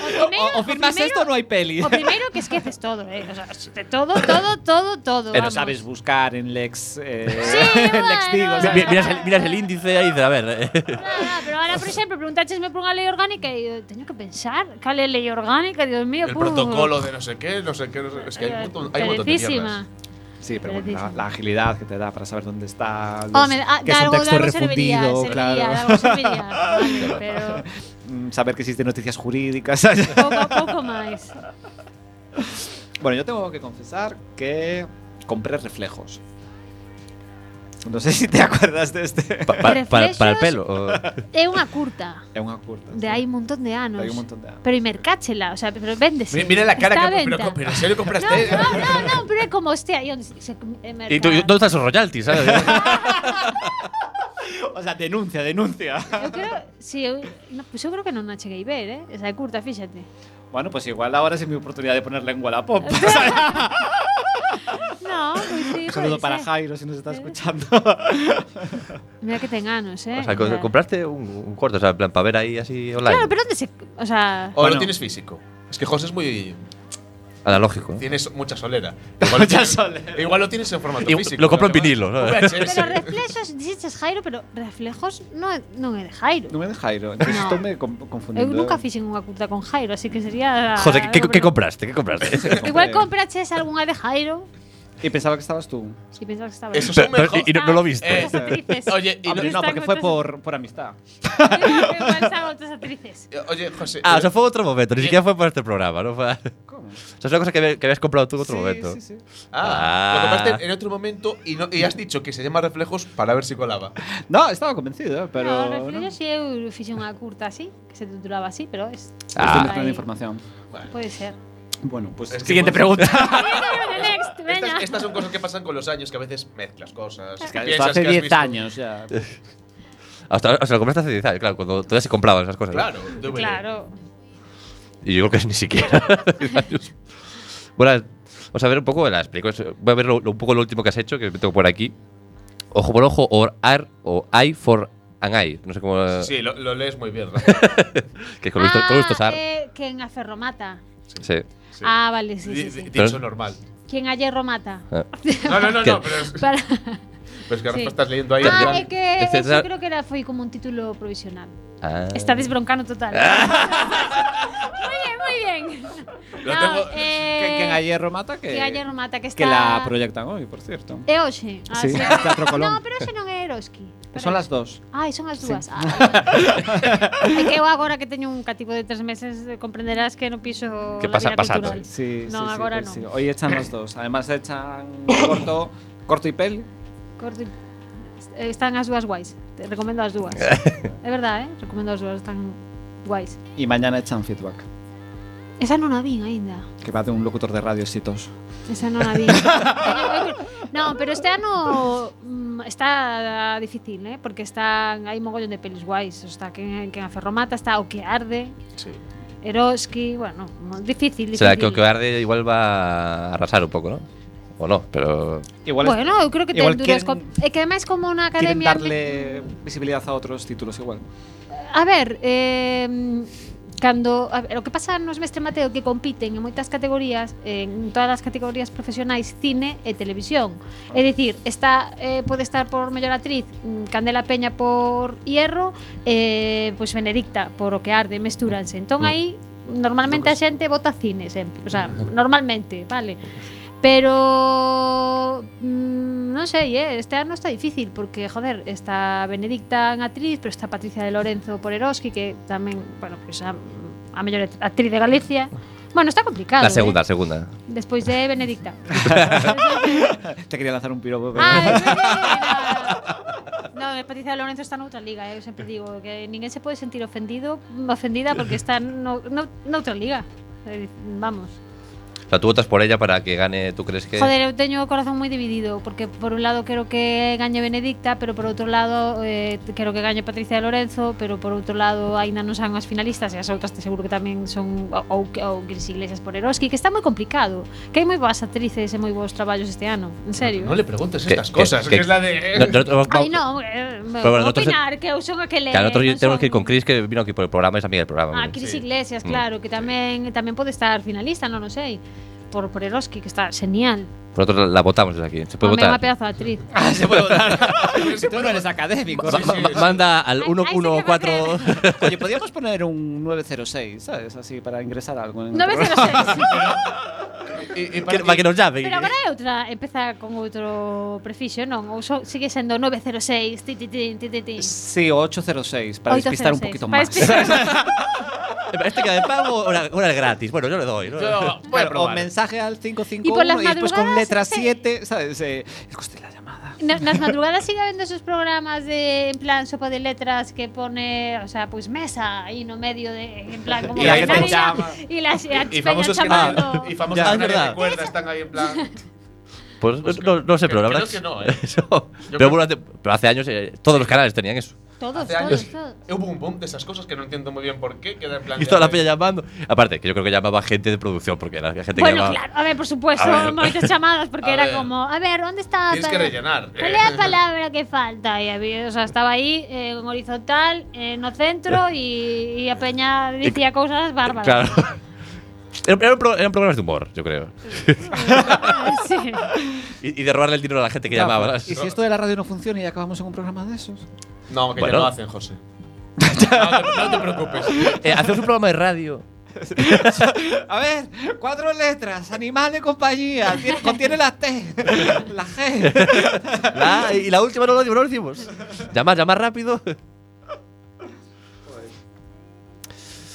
Speaker 5: o primeiro-
Speaker 4: O, o firmas
Speaker 5: primeiro-
Speaker 4: esto o no hay peli.
Speaker 5: O primeiro que esqueces todo, eh. O sea, de todo, todo, todo, todo.
Speaker 4: Pero
Speaker 5: vamos.
Speaker 4: sabes buscar en Lex. Eh,
Speaker 5: Sí,
Speaker 4: en Lex
Speaker 5: bueno,
Speaker 4: Digo,
Speaker 2: Mi-
Speaker 4: ¿sabes?
Speaker 2: miras, el, miras el índice ahí y dices, a ver. eh.
Speaker 5: Nada, pero ahora, por exemplo, preguntáchesme por unha lei orgánica e eu teño que pensar cal é lei orgánica, Dios mío,
Speaker 3: El
Speaker 5: Eh, puh.
Speaker 3: protocolo de no sé qué, no sé qué, no sé- es que hay un montón, hay un montón de mierdas.
Speaker 5: Perecísima.
Speaker 4: Sí, pero bueno, la, la agilidad que te da para saber dónde está. los-
Speaker 5: Hombre, ah,
Speaker 4: que
Speaker 5: de
Speaker 4: es un
Speaker 5: algo, de
Speaker 4: texto
Speaker 5: algo serviría,
Speaker 4: refundido,
Speaker 5: serviría, de
Speaker 4: claro.
Speaker 5: algo serviría. Vale, pero
Speaker 4: Mm, Saber que existen noticias jurídicas. ¿sabes?
Speaker 5: pouco, pouco máis.
Speaker 4: Bueno, yo tengo que confesar que compré reflejos. No sé si te acuerdas de este.
Speaker 2: Pa- pa- para, para el
Speaker 5: Reflexos.
Speaker 2: pelo. o-
Speaker 5: É unha curta
Speaker 4: Es una curta.
Speaker 5: de hai un montón de anos.
Speaker 4: Hay un montón de años.
Speaker 5: Pero mercáchela, o sea, pero véndese.
Speaker 3: Mira, mira la cara
Speaker 5: Está
Speaker 3: que.
Speaker 5: a
Speaker 3: Pero,
Speaker 5: venta.
Speaker 3: pero este- en serio compraste.
Speaker 5: No, no, no, no, pero é como, hostia, e onde se, se eh, merca.
Speaker 2: Y tú, ¿dónde están esos royalties? sabes?
Speaker 4: O sea, denuncia, denuncia.
Speaker 5: Eu creo, si, eu, no, pues eu creo que non a cheguei ver, eh? Esa é curta, fíxate.
Speaker 4: Bueno, pues igual ahora es mi oportunidad de poner lengua a la pop.
Speaker 5: No, pois sí,
Speaker 4: Un saludo
Speaker 5: pode
Speaker 4: para
Speaker 5: ser.
Speaker 4: Jairo si nos está escuchando.
Speaker 5: Mira que ten anos, eh?
Speaker 2: O sea, co-
Speaker 5: Claro.
Speaker 2: compraste un, un cuarto, o sea, en plan, para ver ahí así online.
Speaker 5: Claro, pero ¿dónde se.? O sea.
Speaker 2: Oh,
Speaker 3: O
Speaker 4: Bueno.
Speaker 3: lo tienes físico. Es que José es muy.
Speaker 2: Analógico. ¿eh?
Speaker 3: Tienes mucha solera. Igual lo
Speaker 4: Mucha
Speaker 3: tienes-
Speaker 4: solera.
Speaker 3: Igual lo tienes en formato
Speaker 2: Y
Speaker 3: físico.
Speaker 2: lo compro en
Speaker 3: ¿no?
Speaker 2: vinilo, ¿no?
Speaker 3: VHS.
Speaker 5: Pero reflexos, dices Jairo, pero reflejos no, non é de Jairo.
Speaker 4: No me de Jairo, entonces
Speaker 5: No.
Speaker 4: estoy me com-
Speaker 5: Eu
Speaker 4: confundindo.
Speaker 5: nunca fixen unha curta con Jairo, así que sería.
Speaker 2: José, ¿qué, qué- qué
Speaker 5: algo-
Speaker 2: compraste? ¿Qué compraste?
Speaker 5: Igual compraches algunha de Jairo
Speaker 4: Y pensaba que estabas tú.
Speaker 5: si pensabas que estaba.
Speaker 3: Eso es
Speaker 2: Pero-
Speaker 3: un
Speaker 2: pero-
Speaker 3: mejor.
Speaker 2: y, y no, no lo viste.
Speaker 3: Eh,
Speaker 5: Otras actrices.
Speaker 3: Oye, y
Speaker 4: Hombre,
Speaker 3: no-
Speaker 4: no,
Speaker 5: Están
Speaker 4: porque fue
Speaker 5: contra-
Speaker 4: por, por amistad.
Speaker 5: Igual estaban outras actrices.
Speaker 3: Eh, Oye, José.
Speaker 2: Ah, o sea,
Speaker 3: pero-
Speaker 2: fue otro momento, ni
Speaker 3: Bien.
Speaker 2: siquiera fue por este programa, ¿no? Fue, o sea,
Speaker 4: ¿Cómo?
Speaker 2: es una cosa que, había- que habías comprado tú en otro
Speaker 4: Sí,
Speaker 2: momento.
Speaker 4: sí, sí.
Speaker 3: Ah,
Speaker 2: Ah.
Speaker 3: Lo compraste en otro momento y, no- y has dicho que se llama reflejos para ver si colaba.
Speaker 4: No, estaba convencido, eh, pero.
Speaker 5: Pero, no, eh,
Speaker 4: no.
Speaker 5: reflexos si eu fixen unha curta así, que se titulaba así, pero es.
Speaker 4: Estoy
Speaker 2: Ah.
Speaker 4: mezclando información.
Speaker 5: Puede ser.
Speaker 4: Bueno, pues.
Speaker 3: Es que
Speaker 4: siguiente
Speaker 3: pues-
Speaker 4: pregunta.
Speaker 5: Next, veña.
Speaker 3: Estas, estas son cosas que pasan con los años, que a veces mezclas cosas.
Speaker 4: Esto
Speaker 3: piensas
Speaker 4: hace
Speaker 3: que has
Speaker 4: 10
Speaker 3: visto-
Speaker 4: años ya.
Speaker 2: Hasta, o sea, lo compraste hace 10 años, claro, cuando todavía se compraban esas cosas. ¿no?
Speaker 3: Claro, DVD.
Speaker 5: Claro.
Speaker 2: Y yo creo que ni siquiera. diez años. bueno, vamos a ver un poco de las películas. Voy a ver lo- lo- un poco lo último que has hecho, que me tengo por aquí. Ojo por ojo, o, ar, o eye for an eye. No sé cómo.
Speaker 3: Sí, lo, lo lees muy bien. Rafa.
Speaker 2: Que con lo visto, con lo visto es
Speaker 5: ah,
Speaker 2: ar.
Speaker 5: eh, que en a ferro mata.
Speaker 2: Sí.
Speaker 3: Sí.
Speaker 5: Ah, vale, sí,
Speaker 3: Di-
Speaker 5: sí,
Speaker 3: di-
Speaker 5: sí.
Speaker 3: Dicho normal.
Speaker 5: Quien a hierro mata.
Speaker 2: Ah.
Speaker 3: No, no, no,
Speaker 2: ¿Qué?
Speaker 3: no pero es,
Speaker 5: Para-
Speaker 3: pero es que Rafa
Speaker 5: Sí.
Speaker 3: estás leyendo ahí.
Speaker 5: Ah,
Speaker 3: en
Speaker 5: é
Speaker 3: plan-
Speaker 5: que
Speaker 2: Este
Speaker 5: eso
Speaker 2: tra-
Speaker 5: creo que era foi como un título provisional.
Speaker 2: Ah.
Speaker 5: Está desbroncando total. moi ben, moi ben.
Speaker 3: Lo tengo-
Speaker 4: Que,
Speaker 5: eh,
Speaker 4: que en Ayer mata que.
Speaker 5: que ayer no mata que está
Speaker 4: que la proyectan hoy, por cierto.
Speaker 5: É hoxe. Ah,
Speaker 4: Sí, Teatro Colón.
Speaker 5: No, pero ese non é Eroski.
Speaker 4: Son las dos.
Speaker 5: Ai, son as dúas. Ai, vale. É que eu agora que teño un cativo de tres meses eh, comprenderás que non piso
Speaker 2: Que
Speaker 5: la
Speaker 2: pasa-
Speaker 5: vida
Speaker 2: pasando.
Speaker 5: cultural.
Speaker 4: Sí, sí,
Speaker 5: No,
Speaker 4: sí,
Speaker 5: agora
Speaker 4: pues
Speaker 5: no.
Speaker 4: sí. Hoy echan las dos. Además echan corto, corto y peli.
Speaker 5: Corto e- eh, Están as dúas guais. Te recomendo as dúas. é verdade, eh? Recomendo as dúas, están guais.
Speaker 4: Y mañana echan feedback.
Speaker 5: Esa non a vin aínda.
Speaker 4: Que va de un locutor de radio exitoso.
Speaker 5: Esa non a vi. Teño- non, pero este ano mm, está difícil, eh? Porque están hai mogollón de pelis guais, está que que a Ferromata está o que arde,
Speaker 3: Sí.
Speaker 5: Eroski, bueno, mo- difícil,
Speaker 2: O
Speaker 5: difícil.
Speaker 2: sea, que que Arde igual va a arrasar un poco, ¿no? O no, pero.
Speaker 4: Igual es-
Speaker 5: Bueno, eu creo que ten
Speaker 4: igual quieren-
Speaker 5: duras co- É que ademais como unha
Speaker 4: quieren
Speaker 5: academia
Speaker 4: darle visibilidad a otros títulos igual.
Speaker 5: A ver, eh, cando a ver, o que pasa nos mestre Mateo que compiten en moitas categorías, en todas as categorías profesionais cine e televisión. É dicir, está eh, pode estar por mellor actriz mm, Candela Peña por Hierro, eh, pois Benedicta por O que arde,
Speaker 4: Mm.
Speaker 5: mestúranse. Entón aí normalmente a xente vota cine sempre, o sea, normalmente, vale. Pero mm, no sé, eh, este ano está difícil porque, joder, está Benedicta en actriz, pero está Patricia de Lorenzo por Eroski, que tamén, bueno, pues a, a mellor actriz de Galicia. Bueno, está complicado.
Speaker 2: La segunda,
Speaker 5: Eh?
Speaker 2: la segunda.
Speaker 5: Despois de Benedicta.
Speaker 4: Te quería lanzar un piropo, pero.
Speaker 5: ah, eso é verdade. no, eh, Patricia de Lorenzo está noutra liga, eh, eu sempre digo que ninguén se pode sentir ofendido, ofendida porque está no, no, noutra liga. Eh, Vamos.
Speaker 2: O sea, tú votas por ella para que gane, ¿tú crees que...?
Speaker 5: Joder, eu teño o corazón moi dividido Porque por un lado quero que gañe Benedicta Pero por outro lado eh, quero que gañe Patricia Lorenzo Pero por outro lado aínda non son as finalistas E as outras te seguro que tamén son Ou, ou Cris Iglesias por Eroski Que está moi complicado Que hai moi boas actrices e moi bons traballos este ano En serio
Speaker 3: No le preguntes
Speaker 2: Que-
Speaker 3: estas
Speaker 2: que-
Speaker 3: cosas,
Speaker 2: que-
Speaker 3: que es
Speaker 2: No-
Speaker 3: la de.
Speaker 2: nosotros-
Speaker 5: Ai non,
Speaker 2: Pero
Speaker 5: eh, pero
Speaker 2: bueno,
Speaker 5: bueno,
Speaker 2: nosotros-
Speaker 5: opinar que eu son a que le
Speaker 2: Que a nosotros
Speaker 5: non
Speaker 2: tenemos
Speaker 5: son-
Speaker 2: que ir con Chris, que vino aquí por el programa, es amiga del programa.
Speaker 5: Ah, Cris
Speaker 2: Mm.
Speaker 5: Iglesias, claro, que tamén tamén pode estar finalista, non o sei Por, por Eroski, que está genial
Speaker 2: Nosotros la, la votamos desde aquí. Se puede
Speaker 5: Tamén é unha
Speaker 2: votar.
Speaker 5: pedazo de actriz
Speaker 4: Ah, se puede votar. Tú no eres académico.
Speaker 3: Sí, sí, sí.
Speaker 2: Manda al
Speaker 5: Ay, ay, sí que me
Speaker 2: 114.
Speaker 4: Oye, podríamos poner un 906, ¿sabes? Así para ingresar algo. ¿eh? en el programa.
Speaker 5: 906
Speaker 3: y- y para
Speaker 2: Que- para que nos llame.
Speaker 5: Pero agora é outra, empeza con outro prefixo, non? Ou so, sigue sendo 906, ti ti ti ti ti ti.
Speaker 4: Sí, o 806, para despistar un
Speaker 5: 806,
Speaker 4: poquito
Speaker 5: para
Speaker 4: más.
Speaker 5: despistar.
Speaker 2: Este queda de pago, ahora ahora es gratis. Bueno, yo le doy. ¿no?
Speaker 3: Yo-
Speaker 4: Bueno,
Speaker 3: bueno,
Speaker 4: o
Speaker 3: vale.
Speaker 4: mensaje al
Speaker 5: Y por las
Speaker 4: 551 y, después con
Speaker 5: madrugadas,
Speaker 4: letra
Speaker 5: sí.
Speaker 4: 7, ¿sabes? Eh, escuché la llamada.
Speaker 5: Na- Nas madrugadas sigue habendo esos programas de en plan sopa de letras que pone, o sea, pois pues, mesa aí no medio de en plan como
Speaker 4: Y la
Speaker 5: bailar
Speaker 4: gente
Speaker 5: y la-
Speaker 4: llama.
Speaker 5: y las y,
Speaker 3: Y
Speaker 5: las peñas
Speaker 3: famosos que
Speaker 5: chamando.
Speaker 3: nadie, y famosos
Speaker 2: Ya,
Speaker 3: que
Speaker 2: es
Speaker 3: nadie
Speaker 2: verdad.
Speaker 3: recuerda, están ahí en plan.
Speaker 2: Pues no- no, no sé, pero la
Speaker 3: creo
Speaker 2: verdad.
Speaker 3: que
Speaker 2: es-
Speaker 3: no, ¿eh?
Speaker 2: eso. Pero, bueno, hace, pero hace años eh, todos los canales tenían eso.
Speaker 5: Todos,
Speaker 3: Hace
Speaker 5: todos,
Speaker 3: años
Speaker 5: todos.
Speaker 3: hubo un boom de esas cosas que no entiendo muy bien por qué. Queda en plan.
Speaker 2: Y
Speaker 3: de-
Speaker 2: toda la peña llamando. Aparte, que yo creo que llamaba gente de producción, porque la gente que
Speaker 5: Bueno,
Speaker 2: llamaba.
Speaker 5: claro, a ver, por supuesto,
Speaker 2: A ver.
Speaker 5: moitas chamadas porque
Speaker 3: A
Speaker 5: era
Speaker 3: ver.
Speaker 5: como, a ver, onde está a
Speaker 3: Tienes que
Speaker 5: pala-
Speaker 3: rellenar.
Speaker 5: ¿Cuál es la palabra que falta? Y había, o sea, estaba ahí eh, en horizontal, eh, no centro y, y a Peña decía cosas bárbaras.
Speaker 2: Claro. Era- era un pro- Eran programas de humor, yo creo.
Speaker 5: Sí.
Speaker 2: Y, y de robarle el dinero a la gente que
Speaker 4: Claro,
Speaker 2: llamaba.
Speaker 4: ¿Y si esto de la radio no funciona y acabamos en un programa de esos?
Speaker 3: No, que
Speaker 2: Bueno.
Speaker 3: ya lo hacen, José. No te, no te preocupes.
Speaker 2: Eh, hacemos un programa de radio.
Speaker 4: A ver, cuatro letras, animal de compañía, tiene- contiene la T, la G.
Speaker 2: La- y la última no lo, no lo hicimos. Llamar, llamar rápido.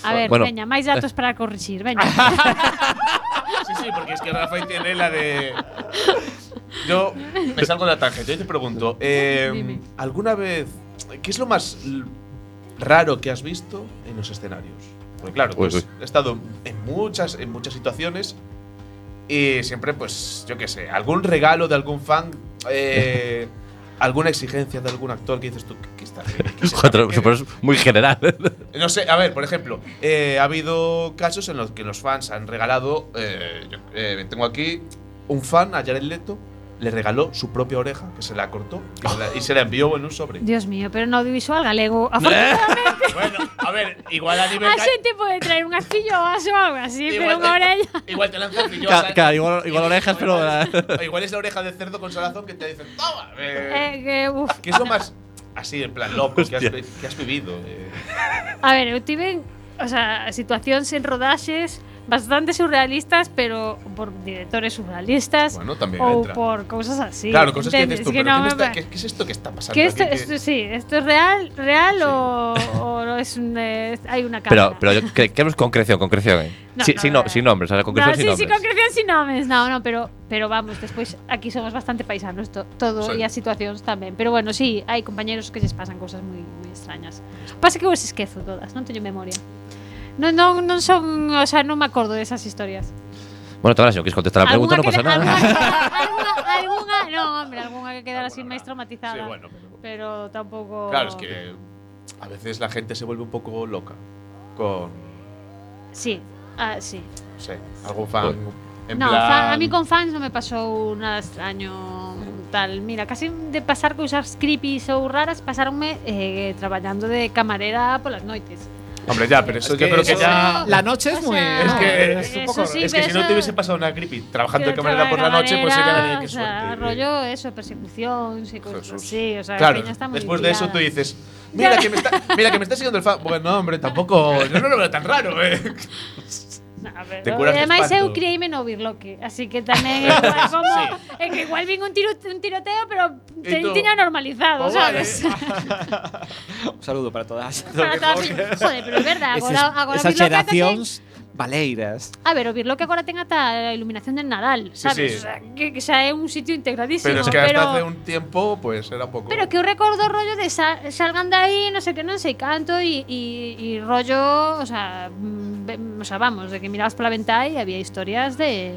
Speaker 5: A ver,
Speaker 2: Bueno.
Speaker 5: Peña, más datos para corregir. Veña.
Speaker 3: Sí, sí, porque es que Rafael tiene la de. Yo me salgo de la tangente. Yo te pregunto, eh,
Speaker 5: Dime.
Speaker 3: ¿alguna vez. ¿Qué es lo más l- raro que has visto en los escenarios? Porque claro,
Speaker 2: Uy,
Speaker 3: pues,
Speaker 2: uy.
Speaker 3: he estado en muchas, en muchas situaciones y siempre, pues, yo qué sé, algún regalo de algún fan. eh, Alguna exigencia de algún actor que dices tú, ¿qué, qué está haciendo? ¿Qué se
Speaker 2: Joder,
Speaker 3: está-
Speaker 2: pero es muy general.
Speaker 3: No sé, a ver, por ejemplo, eh, ha habido casos en los que los fans han regalado. eh, yo- eh, tengo aquí un fan a Jared Leto, le regaló su propia oreja, que se la cortó y se la, y se la envió en un sobre.
Speaker 5: Dios mío, pero en audiovisual galego,
Speaker 3: Eh,
Speaker 5: afortunadamente,
Speaker 3: bueno, a ver, igual a nivel.
Speaker 5: a
Speaker 3: ca-
Speaker 5: xente pode traer unhas pilloas o algo así,
Speaker 3: Igual
Speaker 5: pero unha
Speaker 3: te-
Speaker 5: orella.
Speaker 3: Igual te lanzan pillos.
Speaker 2: Ca- ca- igual- igual orejas, pero- eh.
Speaker 3: Igual es la oreja de cerdo con salazón que te dicen, ¡toma! eh".
Speaker 5: Eh, que, uf.
Speaker 3: ¿Qué es lo más así, en plan loco, que has, vi- que has vivido? eh?
Speaker 5: A ver, eu tive o sea, situacións en rodaxes bastante surrealistas, pero por directores surrealistas
Speaker 3: Bueno, también
Speaker 5: ou
Speaker 3: entra.
Speaker 5: Oh, por cousas así.
Speaker 3: claro, cosas que dices
Speaker 5: entendes?
Speaker 3: tú, pero ¿qué, me
Speaker 5: me
Speaker 3: está-
Speaker 5: pa-
Speaker 3: qué- qué es esto que está pasando?
Speaker 5: Que esto,
Speaker 3: aquí? ¿Qué-
Speaker 5: esto sí, esto es real, real o, o no es un, eh, hay una cámara.
Speaker 2: Pero, pero yo cre- queremos concreción, concreción. eh.
Speaker 5: No,
Speaker 2: Sí,
Speaker 5: no,
Speaker 2: sin,
Speaker 5: no,
Speaker 2: no-
Speaker 5: no.
Speaker 2: sin nombres, o sea, concreción
Speaker 5: no,
Speaker 2: sin
Speaker 5: sí, sí,
Speaker 2: nombres.
Speaker 5: concreción sin nombres. No, no, pero, pero vamos, despois aquí somos bastante paisanos to, todo
Speaker 3: Sí.
Speaker 5: e as situacións tamén. Pero bueno, sí, hai compañeros que lles pasan cosas moi moi extrañas. Pasa que eu os esquezo todas, non teño memoria. Non, non, non son, o sea, non me acordo desas historias.
Speaker 2: Bueno, Tamara, si no quieres contestar la pregunta, no pasa
Speaker 5: queda-
Speaker 2: nada.
Speaker 5: Alguna, alguna, alguna, no, hombre, alguna que quedara así máis traumatizada.
Speaker 3: Sí, bueno, pero-
Speaker 5: Pero tampouco
Speaker 3: Claro, es que a veces la gente se vuelve un poco loca con,
Speaker 5: Sí, ah, sí.
Speaker 3: no sé, algún fan.
Speaker 5: Pues,
Speaker 3: En
Speaker 5: no,
Speaker 3: plan,
Speaker 5: fan- a mí con fans non me pasou nada extraño tal. Mira, casi de pasar cousas creepy ou raras pasaronme eh, traballando de camarera polas noites.
Speaker 3: Hombre, ya, pero eso
Speaker 4: Es
Speaker 3: yo
Speaker 4: que
Speaker 3: creo que
Speaker 4: eso-
Speaker 3: ya.
Speaker 4: La noche es
Speaker 5: O
Speaker 4: muy.
Speaker 5: sea,
Speaker 3: Es que,
Speaker 4: es un poco.
Speaker 5: eso sí,
Speaker 3: es que si
Speaker 5: pero
Speaker 3: no te hubiese
Speaker 5: eso-
Speaker 3: pasado una creepy trabajando
Speaker 5: Que
Speaker 3: en camarera por la
Speaker 5: traballar
Speaker 3: noche, pues era de
Speaker 5: o
Speaker 3: qué
Speaker 5: sea,
Speaker 3: suerte.
Speaker 5: rollo eso, persecución, sí, cosas
Speaker 3: Jesús.
Speaker 5: así, o sea,
Speaker 3: Claro,
Speaker 5: la peña está muy
Speaker 3: después de eso
Speaker 5: pillada.
Speaker 3: tú dices, mira que, me está, mira que me está siguiendo el fan. Bueno, hombre, tampoco. Yo no lo veo tan raro, eh.
Speaker 5: No, a ver,
Speaker 3: Te curas de
Speaker 5: ademais eu
Speaker 3: espanto.
Speaker 5: creíme no birloque, así que tamén é igual como é que igual vin un tiro un tiroteo, pero te,
Speaker 3: tú,
Speaker 5: tiña
Speaker 3: "Oh,
Speaker 5: normalizado,
Speaker 3: vale".
Speaker 5: sabes?
Speaker 4: Un saludo para todas.
Speaker 5: Para todas as- Joder, pero é verdade, agora agora o
Speaker 4: esas
Speaker 5: birloque ata ten,
Speaker 4: xeracións valeiras.
Speaker 5: A ver, o birloque agora ten ata a iluminación del Nadal,
Speaker 3: sí.
Speaker 5: sabes? O sea, que, que xa é un sitio integradísimo,
Speaker 3: Pero
Speaker 5: pero
Speaker 3: es que hasta hace un tiempo, pues era poco.
Speaker 5: Pero que eu recordo o rollo de sa- salgan de aí, non sei que, non sei canto e, e, e rollo, o sea, mm, ve- o sea, vamos, de que mirabas pola ventá e había historias de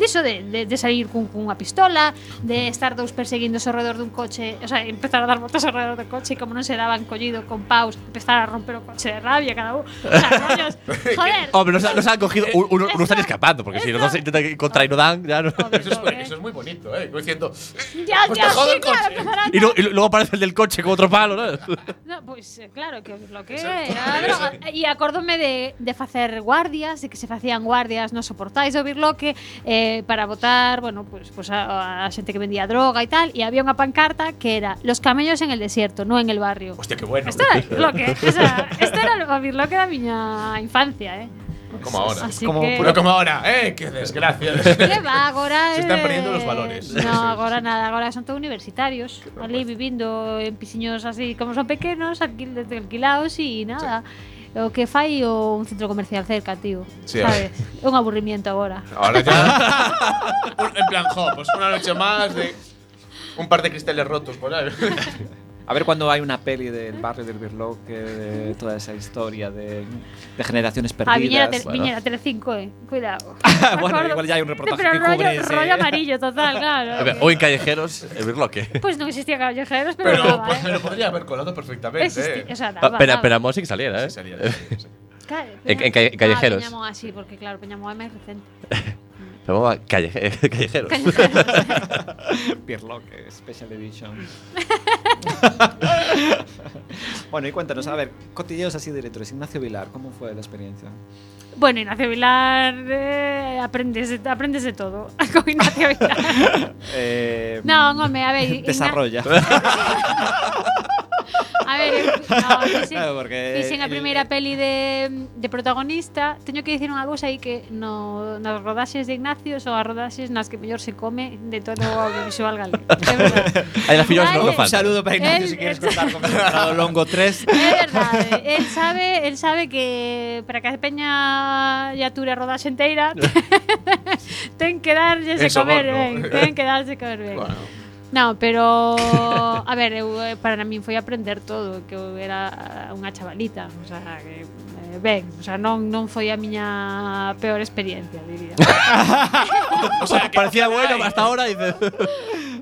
Speaker 5: de iso de, de, de salir cun, cunha pistola, de estar dous perseguíndose ao redor dun coche, o sea, empezar a dar voltas ao redor do coche e como non se daban collido con paus, empezar a romper o coche de rabia cada un. O sea, rollos, joder.
Speaker 2: Hombre, nos, ha- nos han cogido. un- uno-
Speaker 5: Eso-
Speaker 2: Uno están escapando, porque si los dos se intentan encontrar y no dan, ya no.
Speaker 5: Joder,
Speaker 3: eso, es,
Speaker 5: pobre.
Speaker 3: eso es muy bonito, ¿eh? Como Diciendo,
Speaker 5: Ya,
Speaker 3: Pues
Speaker 5: ya,
Speaker 3: te jodo
Speaker 5: sí,
Speaker 3: el
Speaker 5: claro,
Speaker 3: coche.
Speaker 5: empezarán.
Speaker 2: Y, no- y luego aparece el del coche con otro palo, ¿no?
Speaker 5: No, pois eh, claro que lo que era droga. E acórdome de, de facer guardias, de que se facían guardias nos soportais do birloque eh, para votar, bueno, pues, pues a, a xente que vendía droga e tal, e había unha pancarta que era los camellos en el desierto, no en el barrio.
Speaker 3: hostia, qué bueno.
Speaker 5: Isto era o birloque, o sea, isto era o birloque da miña infancia, eh.
Speaker 3: Como ahora.
Speaker 5: Así
Speaker 4: como
Speaker 5: que...
Speaker 3: Pero como ahora, ¿eh? Qué desgracia.
Speaker 5: Que va, agora
Speaker 3: Se están
Speaker 5: eh,
Speaker 3: perdiendo los valores.
Speaker 5: No, agora nada, agora son todos universitarios Ali vivindo en pisiños así Como son pequenos, alquil, alquilados E nada O que fai o un centro comercial cerca, tío
Speaker 3: Sí,
Speaker 5: sabes? É un aburrimiento agora
Speaker 3: Ahora ya. Un- en plan, jo, pues una noche más de. Un par de cristales rotos por ahí.
Speaker 4: A ver cuando hay una peli del barrio del Birloque, de toda esa historia de, de generaciones perdidas.
Speaker 5: A Ah, Viñera, te,
Speaker 4: Bueno.
Speaker 5: Viñera Telecinco, eh Cuidado
Speaker 4: Bueno,
Speaker 5: Acordo-
Speaker 4: igual ya hay un reportaje
Speaker 5: Pero
Speaker 4: que
Speaker 5: rollo,
Speaker 4: cubre ese-
Speaker 5: rollo amarillo total,
Speaker 2: A ver,
Speaker 5: claro
Speaker 2: O en callejeros, el birloque.
Speaker 5: Pois non existía callejeros, pero,
Speaker 3: Pero,
Speaker 5: daba,
Speaker 3: pues,
Speaker 5: eh.
Speaker 3: lo podría haber colado perfectamente.
Speaker 5: Existía,
Speaker 3: ¿eh?
Speaker 5: o sea, daba,
Speaker 2: Ah, Pero
Speaker 5: daba.
Speaker 2: esperamos sin saliera, ¿eh?
Speaker 3: Sí, salía, sí, sí.
Speaker 5: Claro,
Speaker 2: En-
Speaker 5: Peña-
Speaker 2: en calle-
Speaker 5: Ah,
Speaker 2: callejeros.
Speaker 5: Peñamó así, porque claro, Peñamó é máis recente.
Speaker 2: Se llamaba calleje- callejeros.
Speaker 4: Birloque, Special Edition. bueno, y cuéntanos, a ver, cotilleos así directores. Ignacio Vilar, ¿cómo fue la experiencia?
Speaker 5: Bueno, Ignacio Vilar, eh, aprendes, de- aprendes de todo con Ignacio Vilar.
Speaker 4: Eh,
Speaker 5: No, home, a ver, Igna-
Speaker 4: Desarrolla.
Speaker 5: A ver, eu- no, fixen,
Speaker 4: Claro, porque
Speaker 5: fixen a
Speaker 4: el-
Speaker 5: primeira peli de, de protagonista. Teño que dicir unha cousa aí que no, nas rodaxes de Ignacio son as rodaxes nas que mellor se come de todo o audiovisual galego. É verdade.
Speaker 2: Ahí las fillas
Speaker 5: Vale.
Speaker 2: no lo
Speaker 4: Un
Speaker 2: faltan.
Speaker 4: saludo para Ignacio
Speaker 5: El-
Speaker 4: si quieres contar con
Speaker 5: Eh,
Speaker 4: Colorado Longo 3.
Speaker 5: É verdade, el eh. sabe, el sabe que para que a Peña ya ture a rodaxe enteira ten que darlles de
Speaker 3: En
Speaker 5: comer
Speaker 3: soborno.
Speaker 5: ben, ten que darlles de comer ben.
Speaker 3: Bueno,
Speaker 5: No, pero a ver, eu, eh, para min foi aprender todo, que eu era unha chavalita, o sea, que eh, ben, o sea, non non foi a miña peor experiencia, diría.
Speaker 2: Parecía bueno hasta ahora. y dices-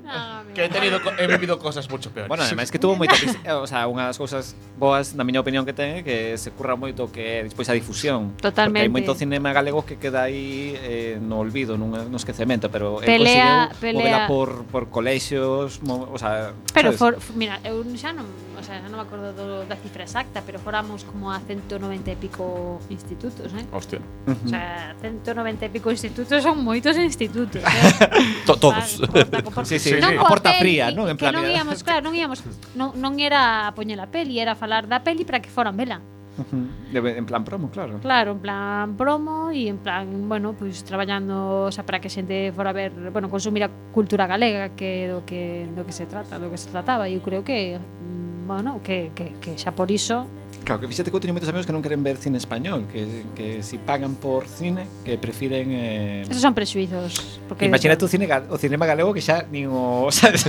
Speaker 5: No,
Speaker 3: que he, tenido, co- he vivido cosas mucho peores.
Speaker 4: Bueno, ademais que tuvo moita vis- eh, o sea, unha das cousas boas na miña opinión que ten é que se curra moito que é despois a difusión. Porque
Speaker 5: Totalmente.
Speaker 4: hai moito cinema galego que queda aí eh, no olvido, nun, no esquecemento, pero
Speaker 5: Pelea-
Speaker 4: el conseguiu
Speaker 5: pelea.
Speaker 4: movela por por colexios, mo, o sea,
Speaker 5: Pero
Speaker 4: sabes?
Speaker 5: for, f- mira, eu xa non, o sea, xa non me acordo do, da cifra exacta, pero foramos como a 190 e pico institutos, eh?
Speaker 3: Hostia.
Speaker 5: O sea, 190 e pico institutos son moitos institutos. Eh?
Speaker 2: To- Todos.
Speaker 5: Vale, porta- co-
Speaker 4: Sí, sí,
Speaker 3: sí.
Speaker 4: a
Speaker 5: non coa
Speaker 4: porta
Speaker 5: peli,
Speaker 4: fría, non? En
Speaker 5: que
Speaker 4: plan,
Speaker 5: non
Speaker 4: era-
Speaker 5: íamos, claro, non íamos, non, non era a poñer a peli, era falar da peli para que foran vela.
Speaker 4: De- en plan promo, claro.
Speaker 5: Claro, en plan promo e en plan, bueno, pois pues, traballando, o sea, para que a xente fora a ver, bueno, consumir a cultura galega, que é do que do que se trata, do que se trataba, e eu creo que mm, bueno, que, que, que xa por iso
Speaker 4: Claro, que fíxate que eu teño moitos amigos que non queren ver cine español, que que si pagan por cine, que prefiren eh,
Speaker 5: Esos son prejuicios. Porque
Speaker 4: Imagínate o, cine, ga- o cinema galego que xa nin o, sabes?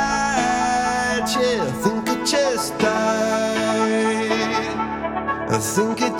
Speaker 6: I think I just died. I think I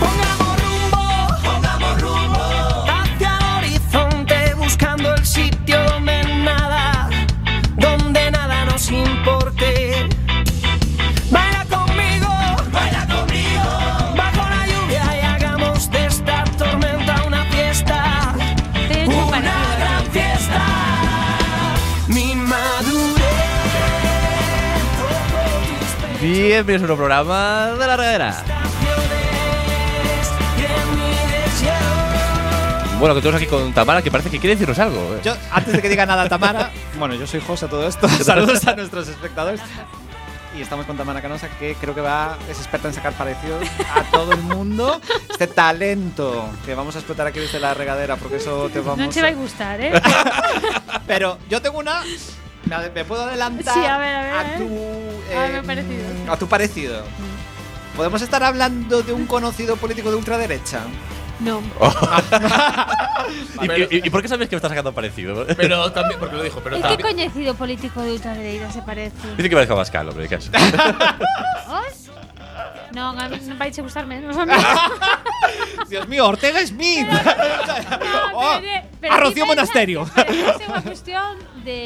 Speaker 1: Pongamos rumbo, pongamos rumbo hacia el horizonte buscando el sitio de nada, donde nada nos importe. Baila conmigo, baila conmigo, bajo la lluvia y hagamos de esta tormenta una fiesta, una gran fiesta. Mi madurez.
Speaker 2: Bienvenidos a un nuevo programa de la regadera. Bueno, que estamos aquí con Tamara, que parece que quiere decirnos algo. eh.
Speaker 4: Yo, antes de que diga nada Tamara, bueno, yo soy José a todo esto. Saludos a nuestros espectadores. Y estamos con Tamara Canosa, que creo que va, es experta en sacar parecidos a todo el mundo. Este talento que vamos a explotar aquí desde la regadera, porque eso te vamos
Speaker 5: Non che vai gustar, eh?
Speaker 4: Pero yo tengo una. Me ade- me puedo adelantar
Speaker 5: Sí, a ver, a ver, a ver.
Speaker 4: tu.
Speaker 5: A ver, mi parecido. Mm.
Speaker 4: a tu parecido. ¿Podemos estar hablando de un conocido político de ultraderecha?
Speaker 5: No.
Speaker 2: ¿Y, y- y por qué sabes que me está sacando parecido?
Speaker 3: Pero también, porque lo dijo, pero
Speaker 5: ¿Y qué
Speaker 3: también.
Speaker 5: conocido político de ultraderecha se parece?
Speaker 2: Dice que me ha dejado más calvo, pero casi.
Speaker 5: ¿Os? No, a mí non vais a gustar menos a mí.
Speaker 4: Dios mío, Ortega Smith.
Speaker 5: No,
Speaker 4: Oh,
Speaker 5: pero-
Speaker 4: a
Speaker 5: sí
Speaker 4: Rocío
Speaker 5: pensa-
Speaker 4: Monasterio.
Speaker 5: pero sí Es una cuestión de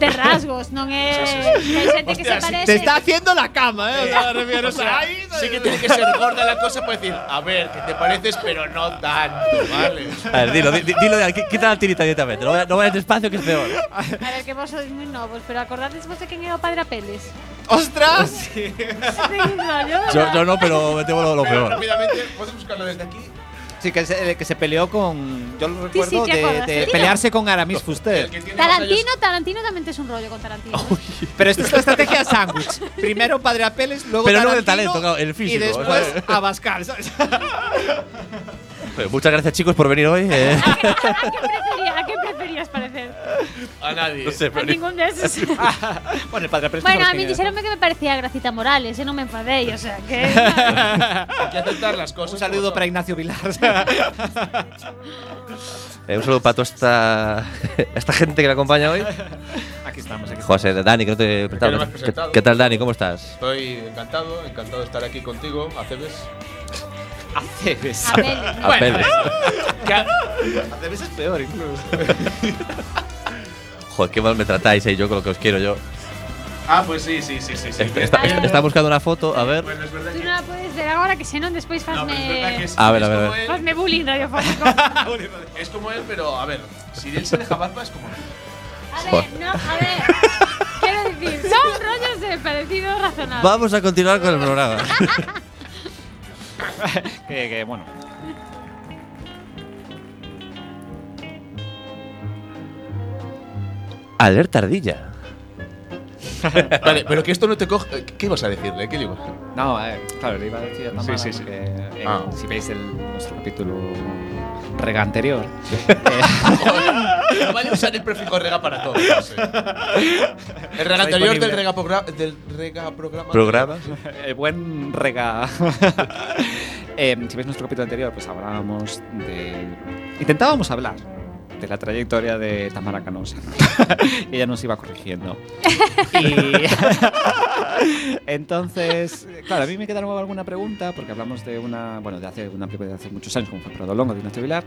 Speaker 5: de rasgos, non é hai xente que se
Speaker 3: Hostia, sí.
Speaker 5: parece.
Speaker 4: Te está haciendo la cama, ¿eh? O sea, me refiero, o sea, ahí-
Speaker 3: Sí que tiene que ser gorda la cosa para decir, a ver, que te pareces, pero no tanto, ¿vale?
Speaker 2: A ver, dilo, di- di- dilo, ya, qui- quita la tirita directamente. No vayas, no vayas despacio, que es peor.
Speaker 5: A ver, que vos sois moi novos, pero acordades vos de quen era o padre Apeles?
Speaker 4: ¡Ostras!
Speaker 2: Yo, yo no, pero tengo lo, lo peor.
Speaker 3: Pero rápidamente, puedes buscarlo desde aquí.
Speaker 4: Sí, que se, eh, que se peleó con. Yo lo
Speaker 5: Sí, sí,
Speaker 4: recuerdo
Speaker 5: te
Speaker 4: de,
Speaker 5: acuerdas,
Speaker 4: de
Speaker 5: tío.
Speaker 4: pelearse con Aramis
Speaker 3: El
Speaker 4: Fuster.
Speaker 3: que tiene más años-
Speaker 5: Tarantino, Tarantino también tes un rollo con Tarantino.
Speaker 4: Oh, Pero esta es la estrategia sándwich. Primero Padre Apeles, luego
Speaker 2: Pero no de
Speaker 4: Tarantino
Speaker 2: talento, claro, el físico,
Speaker 4: Y después
Speaker 2: ¿sabes?
Speaker 4: Abascal. ¿sabes?
Speaker 2: Pero Pues Muchas gracias, chicos, por venir hoy. eh.
Speaker 5: ¿A qué, a qué prefería- a qué preferías parecer?
Speaker 3: A nadie.
Speaker 2: No sé,
Speaker 5: A
Speaker 2: pero.
Speaker 5: ningún deses.
Speaker 4: bueno, el Padre Apeles. tú sabes
Speaker 5: Bueno, a
Speaker 4: quién
Speaker 5: mí
Speaker 4: era.
Speaker 5: dixeronme que me parecía a Gracita Morales, e non me enfadei, o sea, que
Speaker 3: Hay que aceptar las cosas.
Speaker 4: Un saludo para Ignacio Vilar.
Speaker 2: Eh, un saludo para toda esta, esta gente que la acompaña hoy.
Speaker 4: aquí estamos, aquí estamos.
Speaker 2: José, Dani, que no te he
Speaker 3: no me
Speaker 2: presentado.
Speaker 3: has
Speaker 2: ¿Qué,
Speaker 3: presentado.
Speaker 2: qué tal, Dani? ¿Cómo estás?
Speaker 3: Estoy encantado, encantado de estar aquí contigo, Aceves.
Speaker 4: Aceves.
Speaker 5: Apeles.
Speaker 2: A Pérez.
Speaker 4: Aceves es peor, incluso.
Speaker 2: Joder, qué mal me tratáis ahí yo con lo que os quiero yo.
Speaker 3: Ah, pues sí, sí, sí, sí. sí.
Speaker 2: Está, está- está buscando una foto, a ver.
Speaker 3: Bueno, es verdad
Speaker 5: Tú
Speaker 3: que.
Speaker 5: non a podes ver agora que senón despois
Speaker 3: No, pero es verdad que
Speaker 5: fasme
Speaker 3: es,
Speaker 2: A ver, a
Speaker 3: es
Speaker 2: ver, a
Speaker 3: como él-
Speaker 5: fasme bullying radiofónico.
Speaker 3: Es como él, pero a ver, si él se deja barba es como él.
Speaker 5: A
Speaker 2: Joder.
Speaker 5: ver, no, a ver. Quiero decir, son rollos de parecido razonable.
Speaker 2: Vamos a continuar con el programa.
Speaker 4: que, que, bueno.
Speaker 2: Alerta ardilla.
Speaker 3: Vale, pero que esto no te coge. eh, ¿Qué vas a decirle? ¿Qué le ibas a
Speaker 4: No, eh, claro, le iba a decir a Tamara
Speaker 3: Sí, sí, sí.
Speaker 4: porque, eh,
Speaker 3: Ah.
Speaker 4: si veis el, nuestro capítulo rega anterior,
Speaker 3: No vale usar el prefijo rega para todo. no sé. El rega anterior del rega, progra- del rega programa.
Speaker 2: Programa.
Speaker 4: el buen rega. Eh, si veis nuestro capítulo anterior, pues hablábamos de. Intentábamos hablar de la trayectoria de Tamara Canosa. y ella nos iba corrigiendo. y. Entonces, claro, a mí me quedaron alguna pregunta porque hablamos de una. Bueno, de hace una película de hace muchos años, como fue Prodolongo de Ignacio Vilar.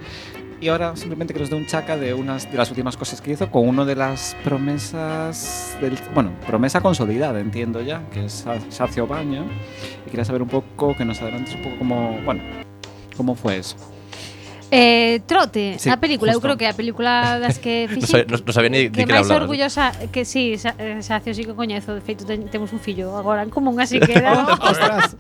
Speaker 4: Y ahora simplemente que nos dé un chaca de unas de las últimas cosas que hizo con una de las promesas del, bueno, promesa consolidada, entiendo ya, que es Sa- Sacio Baño. Y quería saber un poco, que nos adelantes un poco cómo, bueno, cómo fue eso.
Speaker 5: Eh, trote,
Speaker 4: Sí,
Speaker 5: a película, eu
Speaker 4: justo.
Speaker 5: creo que a película das que
Speaker 2: No
Speaker 5: fixen
Speaker 2: sabía, no- no sabía ni de
Speaker 5: que
Speaker 2: qué le
Speaker 5: máis
Speaker 2: hablaba.
Speaker 5: orgullosa que si, sí, Sa- eh, Sacio sí que coñezo, de feito ten- temos un fillo agora en común, así que de algo,
Speaker 4: Ostras.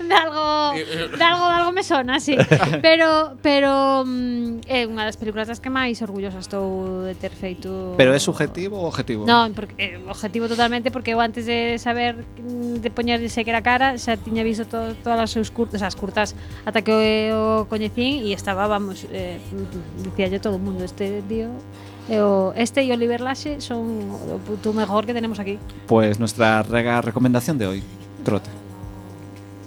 Speaker 5: de algo,
Speaker 3: Eh,
Speaker 5: de algo, de algo me sona, sí. Pero pero mm, é unha das películas das que máis orgullosa estou de ter feito.
Speaker 4: ¿Pero es subjetivo o objetivo?
Speaker 5: Non, porque eh, objetivo totalmente porque eu antes de saber mm, de poñerlle que era cara, xa tiña visto todo, todas as seus curtas, as curtas ata que o, o coñecín e estaba, vamos, eh, dicíalle todo o mundo este tío e o, este e Oliver Laxe son o puto mejor que tenemos aquí.
Speaker 4: Pues nuestra rega recomendación de hoy, trote,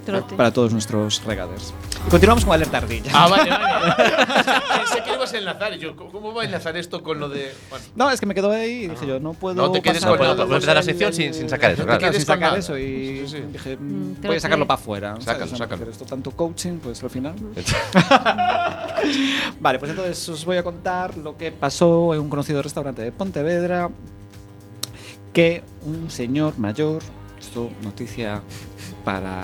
Speaker 5: Trote.
Speaker 4: para todos nuestros regaders. Y continuamos con Alerta Ardilla.
Speaker 3: Ah, vale, vale. Pensé que lo ibas a enlazar. y yo, ¿cómo- ¿cómo va a enlazar esto con lo de.? Bueno,
Speaker 4: No, es que me quedo ahí y dije yo, no puedo.
Speaker 3: No te quedes
Speaker 4: pasar
Speaker 3: con
Speaker 4: el-
Speaker 3: nada. Voy a
Speaker 2: empezar la
Speaker 4: el-
Speaker 2: sección
Speaker 4: el-
Speaker 2: sin- sin sacar eso,
Speaker 4: No
Speaker 3: claro.
Speaker 4: te quedes
Speaker 3: Sin
Speaker 4: sin sacar
Speaker 3: sacar
Speaker 4: eso y
Speaker 3: Sí, sí, sí.
Speaker 4: dije,
Speaker 5: Mm,
Speaker 4: voy
Speaker 5: creo
Speaker 4: a sacarlo
Speaker 5: que-
Speaker 4: para afuera. ¿sabes?
Speaker 3: Sácalo,
Speaker 4: O sea,
Speaker 3: sácalo.
Speaker 4: prefiero Esto tanto coaching, pues al final. vale, pues entonces os voy a contar lo que pasó en un conocido restaurante de Pontevedra que un señor mayor, esto noticia para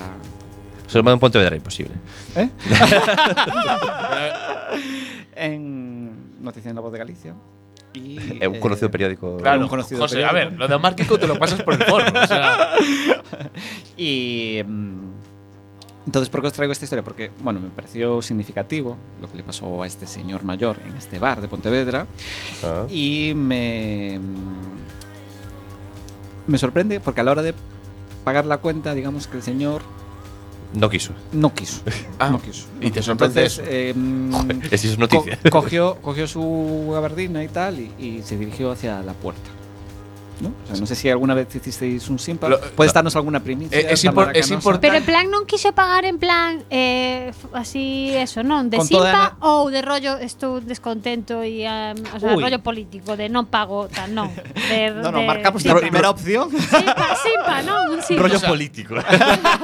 Speaker 2: Se lo mando en Pontevedra, imposible.
Speaker 4: ¿Eh? en noticia en la voz de Galicia. Y,
Speaker 2: Es un
Speaker 4: eh,
Speaker 2: conocido periódico.
Speaker 4: Claro,
Speaker 3: claro,
Speaker 4: un conocido
Speaker 3: José,
Speaker 4: periódico.
Speaker 3: a ver, lo de Omar Kiko te lo pasas por el forno. O sea,
Speaker 4: Y mm, entonces, ¿por qué os traigo esta historia? Porque, bueno, me pareció significativo lo que le pasó a este señor mayor en este bar de Pontevedra
Speaker 2: Ah.
Speaker 4: y me mm, me sorprende porque a la hora de pagar la cuenta, digamos que el señor
Speaker 2: No quiso.
Speaker 4: no quiso.
Speaker 3: Ah,
Speaker 4: no quiso.
Speaker 3: y te sorprende
Speaker 4: Entonces, eh, mm,
Speaker 2: Es es noticia.
Speaker 4: co- cogió, cogió su gabardina y tal y, y se dirigió hacia la puerta. ¿no? O sea, no sé si alguna vez hicisteis un simpa.
Speaker 3: Lo-
Speaker 4: ¿Puedes darnos alguna primicia?
Speaker 3: Eh, es
Speaker 4: Tamara
Speaker 3: impor- es
Speaker 4: Canosa?
Speaker 3: importante-
Speaker 5: Pero en plan non quixo pagar en plan eh, f- así eso, non, de
Speaker 4: Con toda
Speaker 5: simpa
Speaker 4: a-
Speaker 5: ou de rollo estou descontento e um, o sea,
Speaker 4: Ui.
Speaker 5: rollo político de non pago tal, non. De,
Speaker 4: No, no,
Speaker 5: de
Speaker 4: marcamos la
Speaker 5: simpa.
Speaker 4: primera opción.
Speaker 5: Simpa, simpa, non, un simpa.
Speaker 2: Rollo político.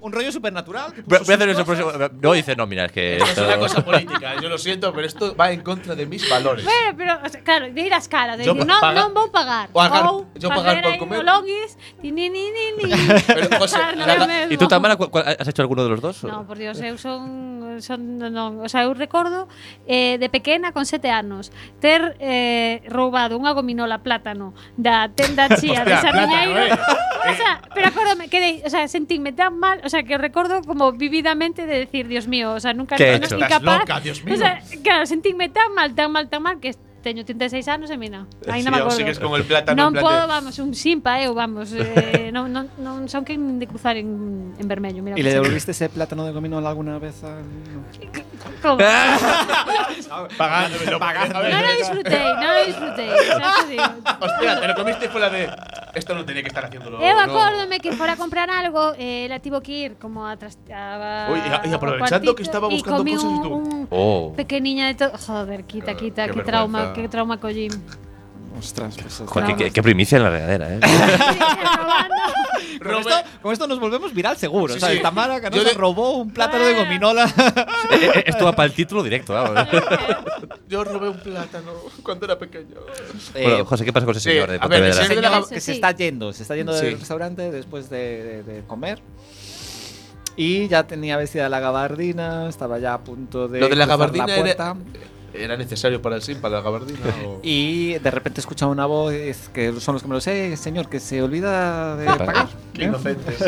Speaker 4: un rollo supernatural. que
Speaker 2: Voy
Speaker 4: puso
Speaker 2: a hacer
Speaker 4: sus
Speaker 2: eso
Speaker 4: cosas.
Speaker 2: próximo. No dice, no, mira, es que.
Speaker 3: Esto es
Speaker 2: esto-
Speaker 3: una cosa política, yo lo siento, pero esto va en contra de mis valores.
Speaker 5: Bueno, pero, o sea, claro, de ir ás caras, de
Speaker 3: Yo
Speaker 5: dicir,
Speaker 3: pa-
Speaker 5: non,
Speaker 3: pagar-
Speaker 5: non vou pagar.
Speaker 3: O pagar-
Speaker 5: Ou
Speaker 3: yo pagar por
Speaker 5: aí
Speaker 3: comer.
Speaker 5: nologuis, ti, ni, ni, ni, ni.
Speaker 3: Pero, José,
Speaker 5: Pagar non é
Speaker 3: nada-
Speaker 5: o mesmo.
Speaker 2: ¿Y tú, Tamara, cuál- cuál- has hecho alguno de los dos? Oh.
Speaker 5: No, por Dios, eu son, son non, non, o sea, eu recordo eh, de pequena con sete anos ter eh, roubado unha gominola plátano da tenda chía de
Speaker 3: Hostia, plátano,
Speaker 5: Sarmiñeiro.
Speaker 3: eh.
Speaker 5: O sea, pero acórdame, quedei, o sea, sentíme tan mal, o sea, que recordo como vividamente de decir, Dios mío, o sea, nunca
Speaker 2: ¿Qué he
Speaker 5: non
Speaker 2: hecho?
Speaker 5: fui
Speaker 3: Estás
Speaker 5: capaz.
Speaker 3: loca, Dios
Speaker 5: O sea, claro, sentíme tan mal, tan mal, tan mal que teño 36 anos e mina. Ainda me
Speaker 3: Eh, aún
Speaker 5: acordo.
Speaker 3: sigues con el plátano
Speaker 5: Non
Speaker 3: en plan de-
Speaker 5: podo, vamos, un simpa, eu, vamos, eh, non, non, non son quen de cruzar en, en vermello, mira.
Speaker 4: ¿Y le
Speaker 5: que-
Speaker 4: devolviste ese plátano de gominola alguna vez? al- no?
Speaker 5: Como-
Speaker 3: Pagándolo, pagándolo.
Speaker 5: No lo disfrutei, non lo disfrutei. xa te digo.
Speaker 3: Hostia, te lo comiste fuera de. Esto no tenía que estar haciéndolo.
Speaker 5: Eu
Speaker 3: no.
Speaker 5: acórdome que fora a comprar algo, eh, la tivo que ir como atrás a,
Speaker 3: Uy, y- y aprovechando que estaba buscando
Speaker 5: y comí
Speaker 3: cosas y
Speaker 5: un,
Speaker 3: tú-
Speaker 5: un
Speaker 2: Oh.
Speaker 5: pequeniña de todo. Joder, quita,
Speaker 3: Eh,
Speaker 5: quita,
Speaker 3: qué
Speaker 5: qué, trauma,
Speaker 3: vergüenza.
Speaker 5: qué trauma collín.
Speaker 4: Ostras, pues.
Speaker 2: Joder, qué-
Speaker 4: está-
Speaker 2: qué, qué primicia en la regadera, ¿eh?
Speaker 4: Con
Speaker 3: Robert-
Speaker 4: esto, con esto nos volvemos viral seguro.
Speaker 3: Sí,
Speaker 4: o sea,
Speaker 3: sí.
Speaker 4: Tamara Canosa
Speaker 3: Yo de-
Speaker 4: robó un plátano de gominola.
Speaker 2: Eh, eh, Esto va para el título directo, vamos.
Speaker 3: Yo robé un plátano cuando era pequeño.
Speaker 2: Bueno, José, ¿qué pasa con ese
Speaker 3: Eh, sí,
Speaker 2: señor de
Speaker 3: a ver, el
Speaker 2: Pontevedra?
Speaker 3: señor de la-
Speaker 5: Señor-
Speaker 4: que
Speaker 5: Sí.
Speaker 4: se está yendo, se está yendo
Speaker 3: Sí.
Speaker 4: del restaurante después de, de- de comer. Y ya tenía vestida la gabardina, estaba ya a punto de.
Speaker 3: Lo de la
Speaker 4: cruzar
Speaker 3: gabardina era-
Speaker 4: puerta,
Speaker 3: ¿Era necesario para el sim, para la gabardina? o-
Speaker 4: Y de repente escuchaba una voz que son los que me lo sé, señor, que se olvida de
Speaker 2: Pagar.
Speaker 4: pagar.
Speaker 3: Qué
Speaker 4: ¿eh?".
Speaker 3: inocentes.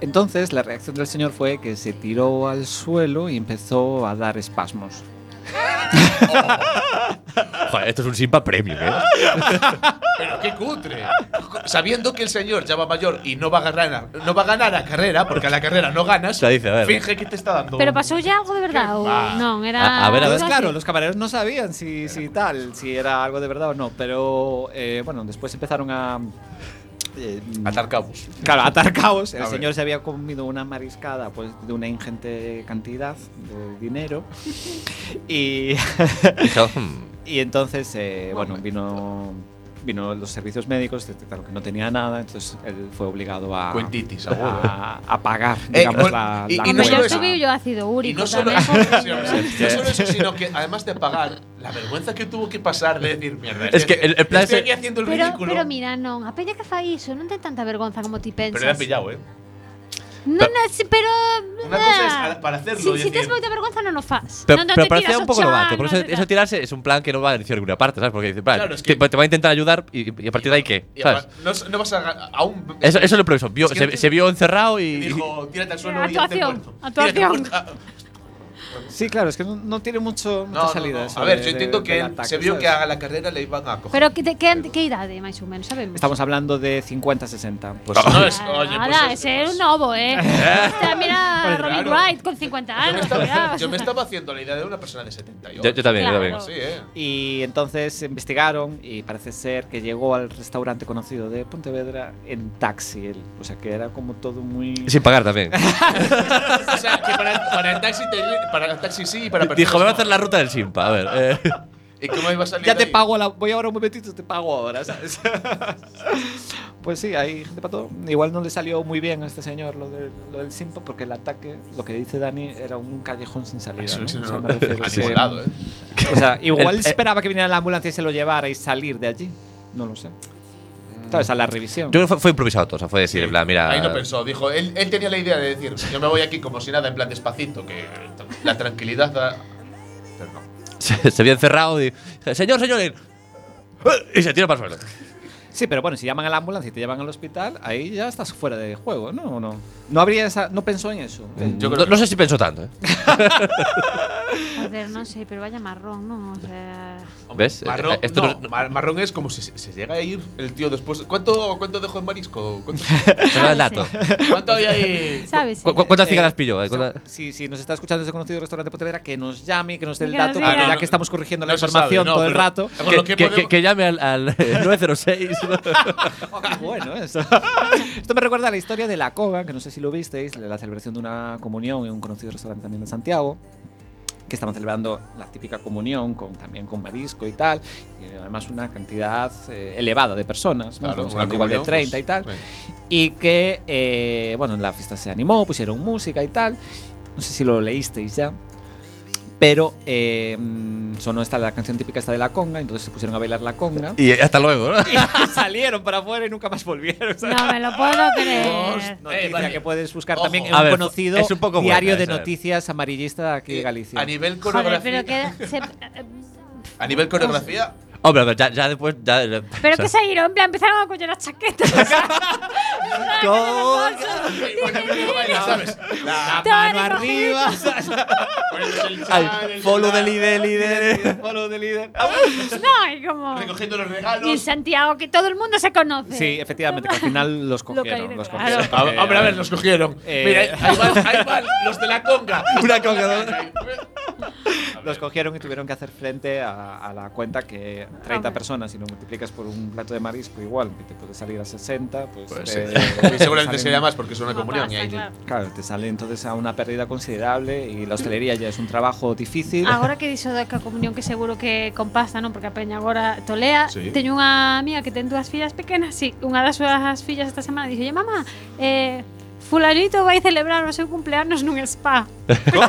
Speaker 4: Entonces la reacción del señor fue que se tiró al suelo y empezó a dar espasmos.
Speaker 2: Joder, esto es un simpa premium, ¿eh?
Speaker 3: Pero qué cutre. Sabiendo que el señor ya va mayor y no va a ganar, no va a ganar a carrera, porque a la carrera no ganas,
Speaker 2: Se dice, a ver.
Speaker 3: finge que te está dando.
Speaker 5: Pero
Speaker 3: un-
Speaker 5: pasou ya algo de verdad ou
Speaker 3: va.
Speaker 5: non, era
Speaker 2: A- a ver, a ver.
Speaker 4: Entonces,
Speaker 5: algo así.
Speaker 4: claro, los camareros no sabían si, si tal, si era algo de verdad o no, pero eh, bueno, después empezaron a. eh,
Speaker 3: Atar cabos.
Speaker 4: Claro, atar caos. El
Speaker 3: A ver.
Speaker 4: señor se había comido una mariscada pues, de una ingente cantidad de dinero. y,
Speaker 2: Dijo, hmm,
Speaker 4: y entonces, eh, bueno, vino, vino los servicios médicos, detectaron que no tenía nada, entonces él fue obligado
Speaker 2: Ah.
Speaker 4: a,
Speaker 3: Cuentitis, seguro.
Speaker 5: Ah.
Speaker 4: a, a pagar
Speaker 3: Eh,
Speaker 4: digamos,
Speaker 3: bueno,
Speaker 4: la,
Speaker 3: y-
Speaker 4: la
Speaker 3: y
Speaker 5: Como
Speaker 3: no
Speaker 5: yo
Speaker 3: solo
Speaker 4: cuenta.
Speaker 3: eso.
Speaker 5: subí yo ácido
Speaker 3: Y
Speaker 5: úrico
Speaker 3: no solo,
Speaker 5: tamén, joder.
Speaker 3: Sí, hombre, no solo eso, sino que además de pagar, la vergüenza que tuvo que pasar de decir mierda.
Speaker 2: Es que el- el plan
Speaker 3: estoy
Speaker 2: ese-
Speaker 3: aquí haciendo el
Speaker 5: Pero,
Speaker 3: ridículo.
Speaker 5: pero mira, non, a peña que fai iso non ten tanta vergonza como ti pensas.
Speaker 3: Pero le han pillado, ¿eh?
Speaker 5: No, no, sí, pero.
Speaker 3: Una cosa es a- para hacerlo y
Speaker 5: Si, si
Speaker 3: decir-
Speaker 5: tienes moita vergonza, non o fas.
Speaker 2: Pero,
Speaker 5: non, non
Speaker 2: pero
Speaker 5: te
Speaker 2: parece
Speaker 5: tiras
Speaker 2: un
Speaker 5: ao
Speaker 2: poco
Speaker 5: chan,
Speaker 2: novato. Por eso,
Speaker 5: non te-
Speaker 2: eso tirarse es un plan que no va a decir ninguna parte, ¿sabes? Porque dice, vale,
Speaker 3: Claro, es
Speaker 2: te,
Speaker 3: que-
Speaker 2: te va a intentar ayudar y, y a partir de ahí, ¿qué?
Speaker 3: Y
Speaker 2: ¿Sabes?
Speaker 3: además, no, no vas a. ga- a un-
Speaker 2: Eso, eso es lo improviso. Vio-
Speaker 3: Es que no
Speaker 2: se,
Speaker 3: tiene-
Speaker 2: se vio encerrado y.
Speaker 3: y dijo, tírate al suelo y hazte
Speaker 5: Actuación,
Speaker 3: muerto.
Speaker 5: actuación.
Speaker 3: Tírate al muerto. Ah,
Speaker 4: Sí, claro, es que no, no tiene mucho, mucha
Speaker 3: No, no,
Speaker 4: salida.
Speaker 3: no.
Speaker 4: eso
Speaker 3: A ver,
Speaker 4: de-
Speaker 3: yo
Speaker 4: de-
Speaker 3: entiendo que
Speaker 4: del
Speaker 3: él
Speaker 4: ataque,
Speaker 3: se vio que
Speaker 4: ¿sabes?
Speaker 3: a la carrera le iban a coger.
Speaker 5: Pero que, de, que, que idade, máis ou menos, sabemos?
Speaker 4: Estamos hablando de 50-60.
Speaker 3: Pues no es.
Speaker 5: Ah,
Speaker 3: Oye, pues
Speaker 5: nada,
Speaker 3: es-
Speaker 5: ese é un novo, eh. o sea, mira a Robin
Speaker 3: claro.
Speaker 5: Wright con 50
Speaker 3: Yo me,
Speaker 5: anos,
Speaker 3: estaba,
Speaker 5: cuidado.
Speaker 3: yo me estaba haciendo la idea de una persona de 78.
Speaker 2: Yo, yo también,
Speaker 5: Claro.
Speaker 2: yo también.
Speaker 3: Sí, ¿eh?
Speaker 4: Y entonces investigaron y parece ser que llegó al restaurante conocido de Pontevedra en taxi. él. O sea que era como todo muy...
Speaker 2: Sin pagar también.
Speaker 3: O sea, que para, para el taxi te- para el taxi sí y para personas
Speaker 2: Dijo, me va a
Speaker 3: no.
Speaker 2: hacer la ruta del simpa. A ver. eh.
Speaker 3: ¿Y cómo iba a salir
Speaker 4: Ya
Speaker 3: de
Speaker 4: te
Speaker 3: ahí?
Speaker 4: pago, la, voy ahora un momentito, te pago ahora, ¿sabes? pues sí, hay gente para todo. Igual no le salió muy bien a este señor lo, de- lo del simpo porque el ataque, lo que dice Dani, era un callejón sin salida.
Speaker 3: Eso
Speaker 4: ¿no?
Speaker 3: es
Speaker 4: O
Speaker 3: un
Speaker 4: sea, me refiero, sí.
Speaker 3: animalado, ¿eh?
Speaker 4: O sea, igual
Speaker 2: El- eh.
Speaker 4: esperaba que viniera la ambulancia y se lo llevara y salir de allí. No lo sé. ¿Sabes? A la revisión.
Speaker 2: Mm. Yo creo que fue, fue improvisado todo. O sea, fue decir, en plan, mira.
Speaker 3: Ahí no pensó, dijo, él, él tenía la idea de decir, yo me voy aquí como si nada, en plan despacito, que la tranquilidad da... Pero no.
Speaker 2: se, se vio encerrado y. Señor, señor. y- Y se tira para el suelo.
Speaker 4: Sí, pero bueno, si llaman a la ambulancia y te llevan al hospital, ahí ya estás fuera de juego, ¿no? ¿O no? No habría esa, no pensó en eso. Eh,
Speaker 3: Yo
Speaker 2: no,
Speaker 3: creo
Speaker 2: no sé si pensó tanto, ¿eh?
Speaker 5: Por Joder, no sé, pero vaya marrón, ¿no? O sea.
Speaker 2: ¿Ves?
Speaker 3: Marrón,
Speaker 2: Eh, esto
Speaker 3: no,
Speaker 2: no-
Speaker 3: mar- marrón es como si se, se llega a ir el tío después. ¿Cuánto, cuánto dejó en marisco? ¿Cuánto,
Speaker 2: Pero el dato.
Speaker 3: cuánto hay ahí?
Speaker 5: ¿Sabes?
Speaker 2: ¿Cu- cu- ¿Cuántas cigarras pilló? Eh, ¿cuánta-
Speaker 4: Si, si nos está escuchando ese conocido restaurante Pontevedra, que nos llame, que nos dé el
Speaker 5: Que nos
Speaker 4: dato,
Speaker 5: diga.
Speaker 4: porque
Speaker 5: Ah,
Speaker 4: ya
Speaker 5: no,
Speaker 4: que estamos corrigiendo
Speaker 3: no
Speaker 4: la
Speaker 3: se
Speaker 4: información
Speaker 3: sabe, no,
Speaker 4: todo el
Speaker 3: pero-
Speaker 4: rato.
Speaker 3: Con lo
Speaker 2: Que,
Speaker 3: que
Speaker 2: que-
Speaker 3: podemos-
Speaker 2: que llame al, al 906.
Speaker 4: Ah, bueno, eso. Esto me recuerda a la historia de la Coga, que no sé si lo visteis, la celebración de una comunión en un conocido restaurante también de Santiago, que estaban celebrando la típica comunión con, también con marisco y tal, y además una cantidad eh, elevada de personas, ¿no? Estamos hablando igual de
Speaker 3: comunión,
Speaker 4: 30 y
Speaker 3: pues,
Speaker 4: tal,
Speaker 3: bueno.
Speaker 4: y que, eh, bueno, la fiesta se animó, pusieron música y tal, no sé si lo leísteis ya. Pero eh, mm, sonó esta la canción típica esta de la conga, entonces se pusieron a bailar la conga
Speaker 2: y hasta luego, ¿no?
Speaker 4: y salieron para afuera y nunca más volvieron. ¿sabes?
Speaker 5: No eh. me lo puedo creer.
Speaker 4: Noticia que puedes buscar
Speaker 3: Ojo.
Speaker 4: también en
Speaker 2: A
Speaker 4: un
Speaker 2: ver,
Speaker 4: conocido
Speaker 2: es un poco buena
Speaker 4: diario de
Speaker 2: esa.
Speaker 4: noticias amarillista de aquí de Galicia.
Speaker 3: A nivel
Speaker 5: Joder,
Speaker 3: coreografía.
Speaker 5: pero que. se-
Speaker 3: A nivel coreografía.
Speaker 2: Hombre, a ver, ya, ya después. Ya, ya-
Speaker 5: Pero
Speaker 2: o sea,
Speaker 5: que se giró, en plan, empezaron a coger las chaquetas.
Speaker 3: ¿Sabes? La-
Speaker 4: La
Speaker 5: Todo
Speaker 4: mano
Speaker 5: el
Speaker 4: arriba,
Speaker 3: pones el
Speaker 2: ay,
Speaker 3: chal, el
Speaker 2: follow
Speaker 3: chal,
Speaker 2: the leader, líder.
Speaker 4: follow the leader.
Speaker 5: No, y como.
Speaker 3: Recogiendo los
Speaker 5: Y en
Speaker 3: regalos.
Speaker 5: Santiago, que todo el mundo se conoce.
Speaker 4: Sí, efectivamente, que al final los cogieron.
Speaker 5: caí,
Speaker 4: los
Speaker 5: claro.
Speaker 4: cogieron.
Speaker 3: Ah, Hombre, a ver, los cogieron.
Speaker 4: Eh,
Speaker 3: Mira, ahí van, ahí van los de la conga.
Speaker 2: Una conga, ¿no?
Speaker 4: Los cogieron y tuvieron que hacer frente a, a la cuenta que 30 personas, si lo multiplicas por un plato de marisco, igual, que te puede salir a 60, pues.
Speaker 3: Pues
Speaker 4: eh,
Speaker 3: Y seguramente
Speaker 4: salen-
Speaker 3: sería más porque es una
Speaker 5: No
Speaker 3: comunión. y
Speaker 5: pasa,
Speaker 3: ahí-
Speaker 5: claro.
Speaker 4: Claro, te sale entonces a una pérdida considerable y la hostelería ya es un trabajo difícil.
Speaker 5: Agora que dixo da que a comunión que seguro que compasa, non? Porque a peña agora tolea.
Speaker 3: Sí.
Speaker 5: Sí. Teño unha amiga que ten dúas fillas pequenas, si, sí, unha das súas fillas esta semana dixolle, "Mamá, eh fulanito vai celebrar o seu cumpleanos nun spa." Estaba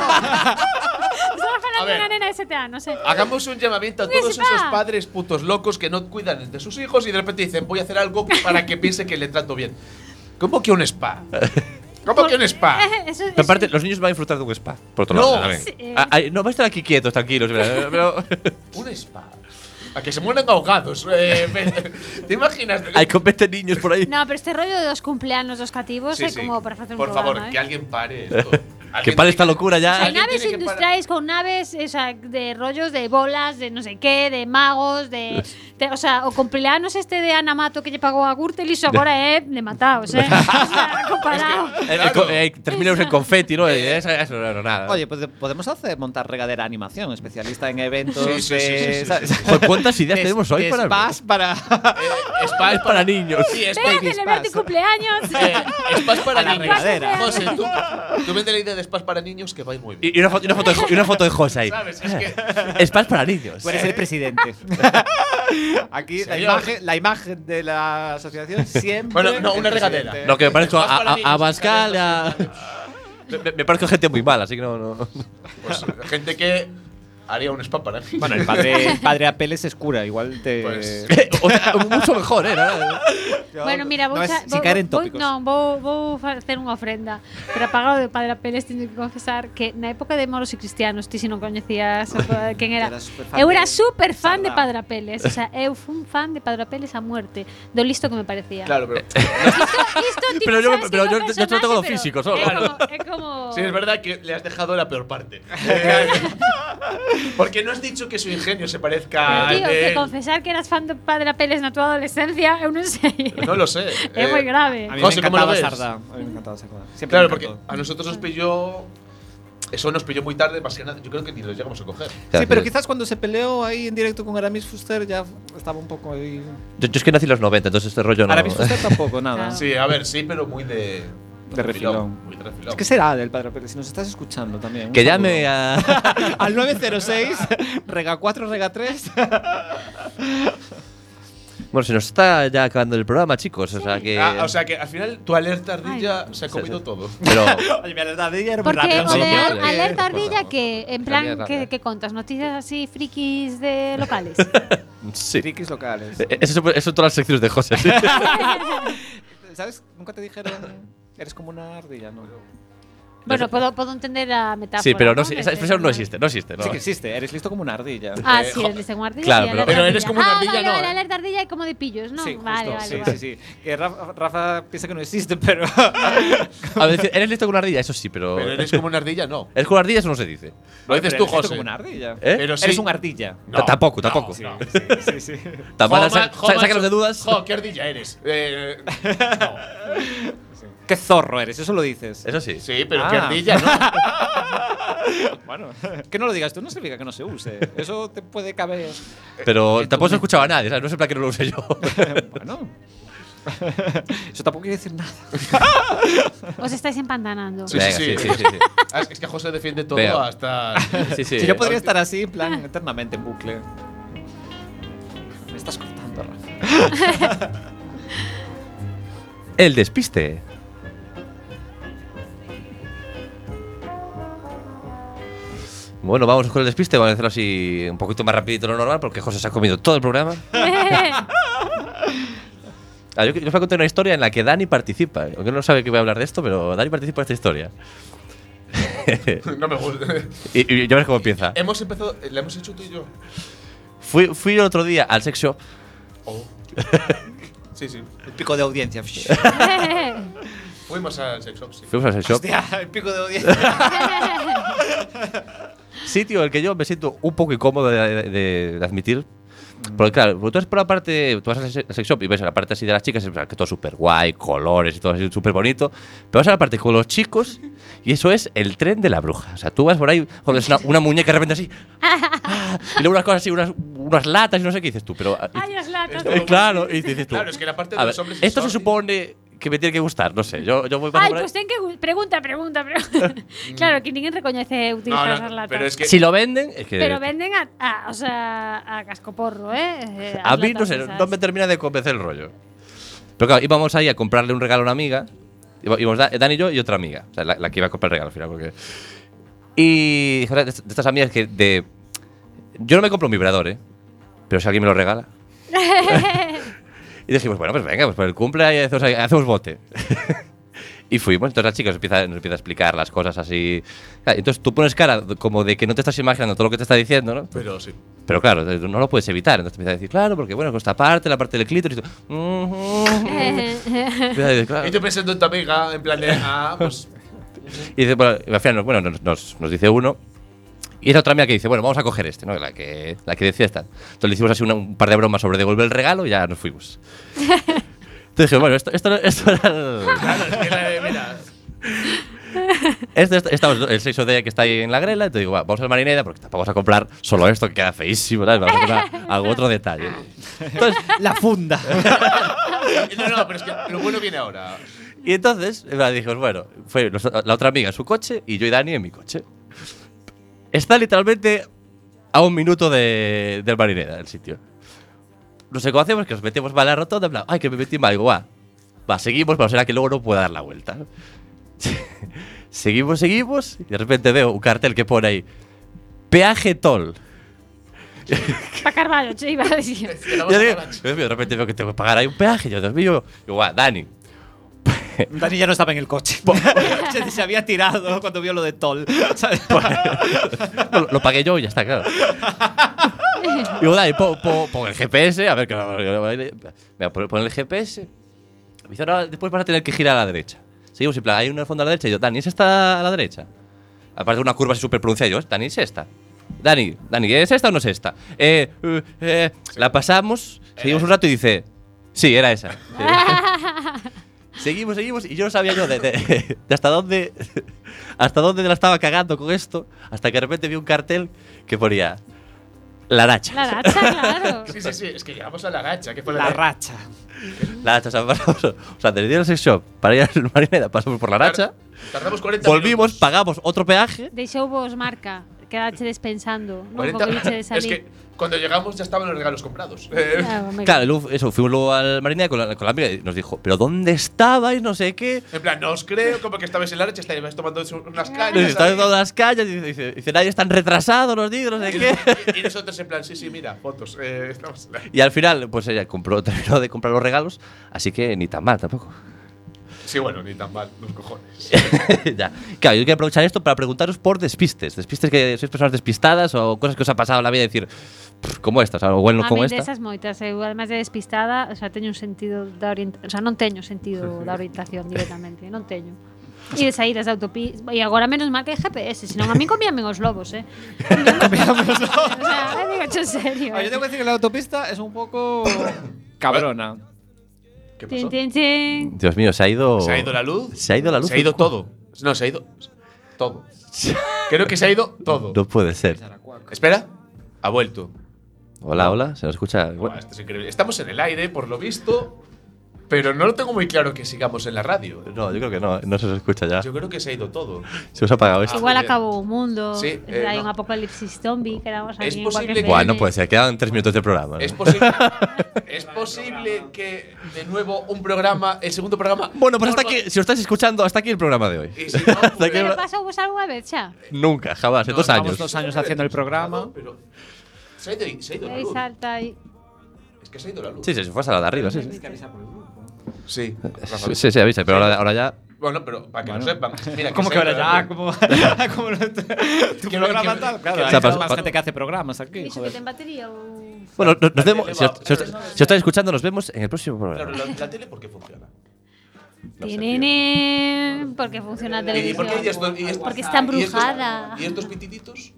Speaker 3: A
Speaker 5: falando
Speaker 3: ver. Ah.
Speaker 5: unha nena de 7 anos, eh.
Speaker 3: Hagamos un llamamiento a todos
Speaker 5: se va.
Speaker 3: esos padres putos locos que no cuidan de sus hijos y de repente dicen voy a hacer algo para que piense que le trato bien. ¿Cómo que un spa? ¿Cómo que un spa?
Speaker 5: Eh, eso,
Speaker 2: Pero aparte,
Speaker 5: eso-
Speaker 2: los niños van a disfrutar de un spa. Por otro
Speaker 3: No.
Speaker 2: lado, también.
Speaker 5: Sí, eh.
Speaker 2: Ah, ay, no, van a estar aquí quietos, tranquilos. ¿verdad? Pero,
Speaker 3: Un spa. A que se mueran ahogados. eh, ¿Te imaginas?
Speaker 2: hay con 20 niños por ahí.
Speaker 5: No, pero este rollo dos cumpleanos dos cativos
Speaker 3: Sí,
Speaker 5: é
Speaker 3: sí.
Speaker 5: como para facer un
Speaker 3: Por favor,
Speaker 5: programa,
Speaker 3: que
Speaker 5: eh.
Speaker 3: alguien pare esto.
Speaker 2: que
Speaker 3: Alguien
Speaker 2: para
Speaker 3: tiene
Speaker 2: esta locura ya.
Speaker 5: Hay
Speaker 3: alguien
Speaker 5: naves
Speaker 3: tiene que
Speaker 5: industriales con naves o sea, de rollos de bolas, de no sé qué, de magos, de. de- o sea, o cumpleaños este de Anamato que lle pagó a Gürtel y ahora es de mataos, ¿eh? O sea, comparado.
Speaker 2: Eh, eh,
Speaker 3: Claro.
Speaker 2: co- eh, 3.000 euros en confeti, ¿no? Eh, Eso, eso no, no, nada.
Speaker 4: Oye, pues de- podemos hacer montar regadera animación, especialista en eventos
Speaker 3: Sí, sí, sí, sí,
Speaker 4: de-
Speaker 3: sí,
Speaker 4: ¿sabes?
Speaker 3: sí,
Speaker 2: Joder, Pues, ¿cuántas ideas
Speaker 4: de-
Speaker 2: tenemos hoy
Speaker 4: de
Speaker 2: para
Speaker 4: spas para
Speaker 3: Eh, spa
Speaker 2: Es para niños.
Speaker 3: Sí, spa,
Speaker 5: Ven a
Speaker 4: Baby
Speaker 5: celebrar tu
Speaker 4: Spas.
Speaker 5: cumpleaños.
Speaker 3: eh, spas para
Speaker 4: A la
Speaker 3: niños.
Speaker 4: regadera.
Speaker 3: José, tú, tú vende la idea de spas para niños que va muy bien.
Speaker 2: Y, y una foto, y una foto de, Jo- y una foto de José ahí.
Speaker 3: ¿Sabes? Es que.
Speaker 2: Spas para niños.
Speaker 4: tú eres el presidente. Aquí la
Speaker 3: Señor.
Speaker 4: imagen, la imagen de la asociación siempre.
Speaker 3: Bueno, no,
Speaker 4: el
Speaker 3: una
Speaker 4: presidente.
Speaker 3: regadera.
Speaker 2: No, que me parezco a,
Speaker 3: Spas para
Speaker 2: a,
Speaker 3: niños,
Speaker 2: a Pascal, a- Me, me- me parezco gente muy mala, así que no. no.
Speaker 3: Pues gente que haría un spa para niños.
Speaker 4: Bueno, el padre, el padre Apple es escura, igual te.
Speaker 3: Pues-
Speaker 2: o sea, mucho mejor, ¿eh? Nada.
Speaker 5: Bueno, mira, vou,
Speaker 4: no,
Speaker 5: xa-
Speaker 4: es-
Speaker 5: vou-
Speaker 4: sin caer en
Speaker 5: vou-
Speaker 4: tópicos.
Speaker 5: non, vou, vou facer unha ofrenda Pero apagado de Padre Apeles Teño que confesar que na época de Moros e Cristianos Ti si non coñecías o pa- quen era
Speaker 4: Era superfan
Speaker 5: Eu
Speaker 4: de
Speaker 5: era super fan de
Speaker 4: Sardá.
Speaker 5: Padre Apeles O sea, eu fui un fan de Padre Apeles a muerte Do listo que me parecía
Speaker 3: Claro, pero.
Speaker 5: Isto, tipo,
Speaker 2: Pero yo-
Speaker 5: sabes
Speaker 2: pero
Speaker 5: que
Speaker 2: yo-
Speaker 5: é un
Speaker 2: yo solo tengo lo
Speaker 5: personaje, pero
Speaker 2: físico, solo.
Speaker 5: É como, é como-
Speaker 3: Sí, es verdad que le has dejado la peor parte. Eh, Porque no has dicho que su ingenio se parezca
Speaker 5: Pero,
Speaker 3: al
Speaker 5: tío,
Speaker 3: de
Speaker 5: que
Speaker 3: él.
Speaker 5: confesar que eras fan de Padre Apeles na tua adolescencia Eu non sei
Speaker 3: No lo sé.
Speaker 5: É
Speaker 3: eh,
Speaker 5: moi grave
Speaker 4: A mí
Speaker 3: José,
Speaker 4: me
Speaker 3: ¿cómo lo
Speaker 4: encantaba
Speaker 3: ves?
Speaker 4: Sarda. A mí me encantaba Sarda. Siempre
Speaker 3: Claro,
Speaker 4: me
Speaker 3: porque
Speaker 4: encantó.
Speaker 3: a nosotros nos pilló. Eso nos pilló muy tarde, más que nada. Yo creo que ni lo llegamos a coger.
Speaker 4: Sí, pero quizás cuando se peleó ahí en directo con Aramis Fuster ya estaba un poco ahí.
Speaker 2: Yo, yo es que nací en los 90, entonces este rollo no.
Speaker 4: Aramis Fuster tampoco, nada.
Speaker 5: Claro.
Speaker 3: Sí, a ver, sí, pero muy de.
Speaker 4: De refilón.
Speaker 3: Muy de refilón.
Speaker 4: Es que será del padre Pérez, si nos estás escuchando también. un
Speaker 2: Que
Speaker 4: saludo.
Speaker 2: llame a.
Speaker 4: al 906, rega 4, rega 3.
Speaker 2: Bueno, se nos está ya acabando el programa, chicos. O sea que.
Speaker 3: Ah, o sea que al final tu alerta ardilla se ha
Speaker 2: Sí,
Speaker 3: comido
Speaker 2: sí.
Speaker 3: todo.
Speaker 2: Pero.
Speaker 4: Oye, mi alertadilla era muy
Speaker 5: Porque
Speaker 4: rápido.
Speaker 5: o
Speaker 2: sí,
Speaker 5: de
Speaker 2: sí, sí.
Speaker 5: al- alerta
Speaker 2: Por
Speaker 5: ardilla
Speaker 2: favor.
Speaker 5: que en
Speaker 2: Cambia,
Speaker 5: plan
Speaker 2: cambia.
Speaker 5: que, que contas noticias así frikis de locales.
Speaker 2: Sí.
Speaker 4: Frikis locales.
Speaker 2: Eh, Eso, eso son todas las secciones de José. sí.
Speaker 4: ¿Sabes? Nunca te dijeron. Eres como una ardilla, ¿no?
Speaker 5: Bueno, puedo, puedo entender la metáfora.
Speaker 2: Sí, pero no,
Speaker 5: De-
Speaker 2: esa
Speaker 5: de-
Speaker 2: expresión no existe, no existe. No.
Speaker 4: Sí que existe, eres listo como una ardilla.
Speaker 5: Ah, sí, eres como ardilla.
Speaker 2: Claro,
Speaker 5: y
Speaker 2: pero-
Speaker 5: alerta
Speaker 2: pero
Speaker 7: eres como una
Speaker 5: Ah,
Speaker 7: ardilla,
Speaker 5: vale,
Speaker 7: no,
Speaker 5: Vale,
Speaker 7: ¿eh?
Speaker 5: alerta ardilla y como de pillos, ¿no?
Speaker 4: Sí,
Speaker 5: vale,
Speaker 4: justo,
Speaker 5: vale,
Speaker 4: sí,
Speaker 5: vale.
Speaker 4: sí, sí. Que Rafa, Rafa piensa que no existe, pero.
Speaker 2: A ver, ¿eres listo con una ardilla? Eso sí, pero.
Speaker 3: Pero eres como una ardilla, no.
Speaker 2: ¿Eres con una ardilla? Eso no se dice.
Speaker 3: Lo dices
Speaker 4: Pero
Speaker 3: tú,
Speaker 4: eres listo
Speaker 3: José.
Speaker 4: como una ardilla.
Speaker 2: ¿Eh?
Speaker 3: Pero sí.
Speaker 4: Eres un ardilla.
Speaker 3: No,
Speaker 2: tampoco, tampoco.
Speaker 3: no, no.
Speaker 4: Sí, sí.
Speaker 2: Tan mala,
Speaker 3: Joma-
Speaker 2: sa- sa-
Speaker 3: Joma-
Speaker 2: sácanos de dudas.
Speaker 3: Jo, qué ardilla eres. Eh,
Speaker 4: Qué zorro eres, eso lo dices.
Speaker 2: Eso sí.
Speaker 3: sí, pero
Speaker 4: Ah.
Speaker 3: qué ardilla, ¿no?
Speaker 4: Bueno, que no lo digas tú no significa que no se use. Eso te puede caber.
Speaker 2: Pero tampoco se escuchaba a nadie, ¿sabes? No sé para qué no lo usé yo.
Speaker 4: Bueno. Eso tampoco quiere decir nada.
Speaker 5: Os estáis empantanando.
Speaker 3: Sí,
Speaker 2: Venga,
Speaker 3: sí, sí.
Speaker 2: sí, sí, sí.
Speaker 3: Ah, Es que José defiende todo
Speaker 2: Venga.
Speaker 3: hasta.
Speaker 2: Sí, sí.
Speaker 4: Si yo podría estar así, en plan, eternamente en bucle. Me estás cortando, Rafa.
Speaker 2: El despiste. Bueno, vamos con el despiste, vamos a hacerlo así un poquito más rapidito de lo normal porque José se ha comido todo el programa. Ah, yo, yo os voy a contar una historia en la que Dani participa. Aunque no sabe que voy a hablar de esto, pero Dani participa en esta historia.
Speaker 3: No me gusta.
Speaker 2: Y, y ya ves cómo empieza.
Speaker 3: Hemos empezado. eh, ¿La hemos hecho tú y yo?
Speaker 2: Fui, fui el otro día al sex shop
Speaker 3: Oh. Sí, sí.
Speaker 4: El pico de audiencia.
Speaker 3: Fuimos al sex shop, sí.
Speaker 2: Fuimos al sex shop.
Speaker 4: Hostia, el pico de audiencia.
Speaker 2: Sitio en el que yo me siento un poco incómodo de, de- de admitir. Porque claro, porque tú vas por la parte, tú vas al se- al sex shop y ves a la parte así de las chicas, en plan que todo súper guay, colores y todo así súper bonito. Pero vas a la parte con los chicos y eso es el tren de la bruja. O sea, tú vas por ahí, joder, es una, una muñeca de repente así. ah, y luego unas cosas así, unas, unas latas y no sé qué dices tú. Pero,
Speaker 5: Ay, os latas.
Speaker 2: Eh, claro, y dices tú.
Speaker 3: Claro, es que la parte de
Speaker 2: a
Speaker 3: los
Speaker 2: ver,
Speaker 3: hombres. y
Speaker 2: esto se
Speaker 3: sordi-
Speaker 2: supone que me tiene que gustar, no sé. Yo, yo voy para
Speaker 5: Ay, pues ten que. gu- Pregunta, pregunta, pregunta. claro, que ninguén recoñece
Speaker 3: No,
Speaker 5: utilizar
Speaker 3: no,
Speaker 5: as latas.
Speaker 3: pero es que.
Speaker 2: Si lo venden, es que.
Speaker 5: Pero venden a, a- o sea, a cascoporro, ¿eh? Eh,
Speaker 2: a
Speaker 5: as
Speaker 2: mí no
Speaker 5: latas
Speaker 2: sé,
Speaker 5: esas.
Speaker 2: no me termina de convencer el rollo. Pero claro, íbamos ahí a comprarle un regalo a una amiga. Iba- Íbamos Da- Dan y yo y otra amiga. O sea, la, la que iba a comprar el regalo al final. Porque... Y. joder, de est- de estas amigas que. De... Yo no me compro un vibrador, ¿eh? Pero si alguien me lo regala. y dijimos, bueno, pues venga, pues por el cumple ahí hacemos, ahí hacemos bote. y fuimos. Entonces la chica nos empieza, nos empieza a explicar las cosas así. Claro, Entonces tú pones cara como de que no te estás imaginando todo lo que te está diciendo, ¿no?
Speaker 3: Pero sí.
Speaker 2: Pero claro, eh, no lo puedes evitar. Entonces te empiezas a decir, claro, porque bueno, con esta parte, la parte del clítoris. y tú, "Ujú". Empiezas a decir, claro.
Speaker 3: Y tú pensando en tu amiga, en plan de. Ah, pues.
Speaker 2: Y dice, bueno, y al final, bueno, nos, nos- nos dice uno. Y es la otra amiga que dice, bueno, vamos a coger este, ¿no? La que, la que decía esta. Entonces le hicimos así una- un par de bromas sobre devolver el regalo y ya nos fuimos. Entonces dije, bueno, esto, esto, no- esto era el-
Speaker 3: Claro, es que la de. eh, Mira.
Speaker 2: Este, este- estamos el 6 de que está ahí en la grela, y te digo, va, vamos al Marineda porque tampoco vamos a comprar solo esto que queda feísimo, ¿sabes? Vamos a comprar algún otro detalle. Entonces,
Speaker 4: La funda.
Speaker 3: No, no, pero es que lo bueno viene ahora.
Speaker 2: Y entonces eh, dijimos, bueno, fue nos- la otra amiga en su coche y yo y Dani en mi coche. Está literalmente a un minuto de, del marinera el sitio. No sé cómo hacemos, que nos metemos para la rotonda, en plan, ay, que me metí mal, digo, va, va, seguimos, pero será que luego no puedo dar la vuelta. seguimos, seguimos, y de repente veo un cartel que pone ahí, peaje toll.
Speaker 5: Pa' Carvalho, che, iba a decir.
Speaker 2: Y yo digo, Dios mío, de repente veo que tengo que pagar ahí un peaje, yo, Dios mío, digo, va, Dani,
Speaker 4: Dani ya no estaba en el coche. Pues, se, se había tirado cuando vio lo de Toll. ¿sabes?
Speaker 2: No, lo, lo pagué yo y ya está, claro. Y bueno, ahí po- po- pon el GPS, a ver que Mira, pon pon el GPS. Me dice, "Ahora después vas a tener que girar a la derecha. Seguimos en plan, hay una fondo a la derecha. Y yo, Dani, ¿es esta a la derecha? Aparte de una curva así súper pronunciada, yo, Dani, ¿es esta? Dani, Dani, ¿es esta o no es esta? Eh, eh, eh, La pasamos, seguimos un rato y dice, sí, era esa. Seguimos, seguimos, y yo no sabía yo de, de- de hasta dónde hasta dónde la estaba cagando con esto, hasta que de repente vi un cartel que ponía la racha.
Speaker 5: La dacha, claro.
Speaker 3: Sí, sí, sí. Es que llegamos a la gacha. Que fue
Speaker 4: La
Speaker 3: racha.
Speaker 4: racha.
Speaker 2: La racha, o sea, pasamos- o sea, desde el sex shop para ir al marinera pasamos por la racha,
Speaker 3: Tardamos 40
Speaker 2: volvimos,
Speaker 3: minutos.
Speaker 2: pagamos otro peaje.
Speaker 5: Deixou vos marca. Quedachedes pensando. Non
Speaker 3: 40
Speaker 5: volviche de
Speaker 3: Es
Speaker 5: salir.
Speaker 3: que cuando llegamos ya estaban los regalos comprados. Eh,
Speaker 5: Claro, me-
Speaker 2: Claro, y luego eso, fuimos luego al marinera con la, con la amiga y nos dijo, pero ¿dónde estabais? No sé qué.
Speaker 3: En plan, no os creo, como que estabais en la racha, estabais tomando unas
Speaker 2: Nos
Speaker 3: cañas.
Speaker 2: estaban
Speaker 3: ahí.
Speaker 2: en todas las calles, y dice, dice, nadie es tan retrasado, nos digo, no sé qué.
Speaker 3: Y, y nosotros en plan, sí, sí, mira, fotos. eh, estamos en la-
Speaker 2: Y al final, pues ella compró, terminó de comprar los regalos, así que ni tan mal tampoco.
Speaker 3: Sí, bueno, ni tan mal, los cojones.
Speaker 2: Ya. Claro, yo quiero aprovechar esto para preguntaros por despistes. Despistes que sois personas despistadas o cosas que os ha pasado en la vida y decir, "Pff, como estas, o bueno,
Speaker 5: a
Speaker 2: como
Speaker 5: mí
Speaker 2: esta.
Speaker 5: desas moitas, eu además de despistada, o sea, teño un sentido da orientación, o sea, non teño sentido da orientación directamente, non teño. E de saídas da autopista, e agora menos mal que hai GPS, senón a min comíanme os lobos, eh. o sea, eh, digo, en serio.
Speaker 3: Pues,
Speaker 4: Ah, Yo tengo que
Speaker 5: eh.
Speaker 4: decir que la autopista es un poco cabrona.
Speaker 3: ¿Qué pasó?
Speaker 5: Tin, tin, tin.
Speaker 2: Dios mío, se ha ido.
Speaker 3: ¿Se ha ido la luz?
Speaker 2: Se ha ido la luz.
Speaker 3: Se ha ido todo. No, se ha ido todo. Creo que se ha ido todo.
Speaker 2: No puede ser.
Speaker 3: Espera, ha vuelto.
Speaker 2: Hola, hola, se nos escucha.
Speaker 3: Buah, esto es increíble. Estamos en el aire, por lo visto, pero no lo tengo muy claro que sigamos en la radio.
Speaker 2: No, yo creo que no, no se os escucha ya.
Speaker 3: Yo creo que se ha ido todo.
Speaker 2: Se os ha apagado esto.
Speaker 5: Igual
Speaker 3: joder.
Speaker 5: acabou o mundo,
Speaker 3: Sí, eh,
Speaker 5: hai un
Speaker 3: no.
Speaker 5: apocalipsis zombie que éramos
Speaker 3: Es
Speaker 5: aquí en cualquier
Speaker 3: posible que-
Speaker 5: vez.
Speaker 2: Buah, no puede ser, quedan tres minutos de programa. ¿no?
Speaker 3: Es posible, es posible que de nuevo un programa, el segundo programa.
Speaker 2: Bueno, pues
Speaker 3: no Eh,
Speaker 2: hasta
Speaker 3: lo-
Speaker 2: aquí, si lo estáis escuchando, hasta aquí el programa de hoy.
Speaker 3: Y si no,
Speaker 2: Hasta aquí el-
Speaker 5: Pero pasou vos algunha vez xa?
Speaker 2: Nunca, jamás, en
Speaker 4: pues,
Speaker 2: dos
Speaker 4: No, llevamos
Speaker 2: años.
Speaker 4: dos años haciendo el programa.
Speaker 3: Pero se ha ido, se ha ido la
Speaker 5: Aí
Speaker 3: luz.
Speaker 5: salta aí.
Speaker 3: Es que se ha ido la luz.
Speaker 2: Sí, sí, se fue a la de arriba, sí. Sí,
Speaker 3: Sí,
Speaker 2: sí, sí, avisa, pero ahora, ahora ya.
Speaker 3: Bueno, pero para que lo sepan. Mira, que
Speaker 4: ¿Cómo
Speaker 3: se
Speaker 4: que
Speaker 3: ha ido
Speaker 4: ahora
Speaker 3: la
Speaker 4: ya?
Speaker 3: luz.
Speaker 4: ¿Cómo, cómo no- tu
Speaker 3: que-
Speaker 4: programa tal? Claro,
Speaker 3: que-
Speaker 4: hay
Speaker 2: O sea, pas-
Speaker 4: más
Speaker 2: pa-
Speaker 4: gente que hace programas aquí.
Speaker 5: Iso que ten
Speaker 4: Joder.
Speaker 5: batería ou...
Speaker 2: Bueno, nos- nos vemos.
Speaker 3: tele
Speaker 2: Si os,
Speaker 3: va-
Speaker 2: si os- si os estáis escuchando, nos vemos en el próximo
Speaker 3: Claro,
Speaker 2: programa.
Speaker 3: la, la tele, ¿por qué funciona?
Speaker 2: No sé,
Speaker 5: Tininin, porque funciona a
Speaker 3: ¿Y
Speaker 5: televisión.
Speaker 3: por qué ellas no- y es-
Speaker 5: Porque está
Speaker 3: y estos-
Speaker 5: embrujada.
Speaker 3: ¿Y estos pitiditos?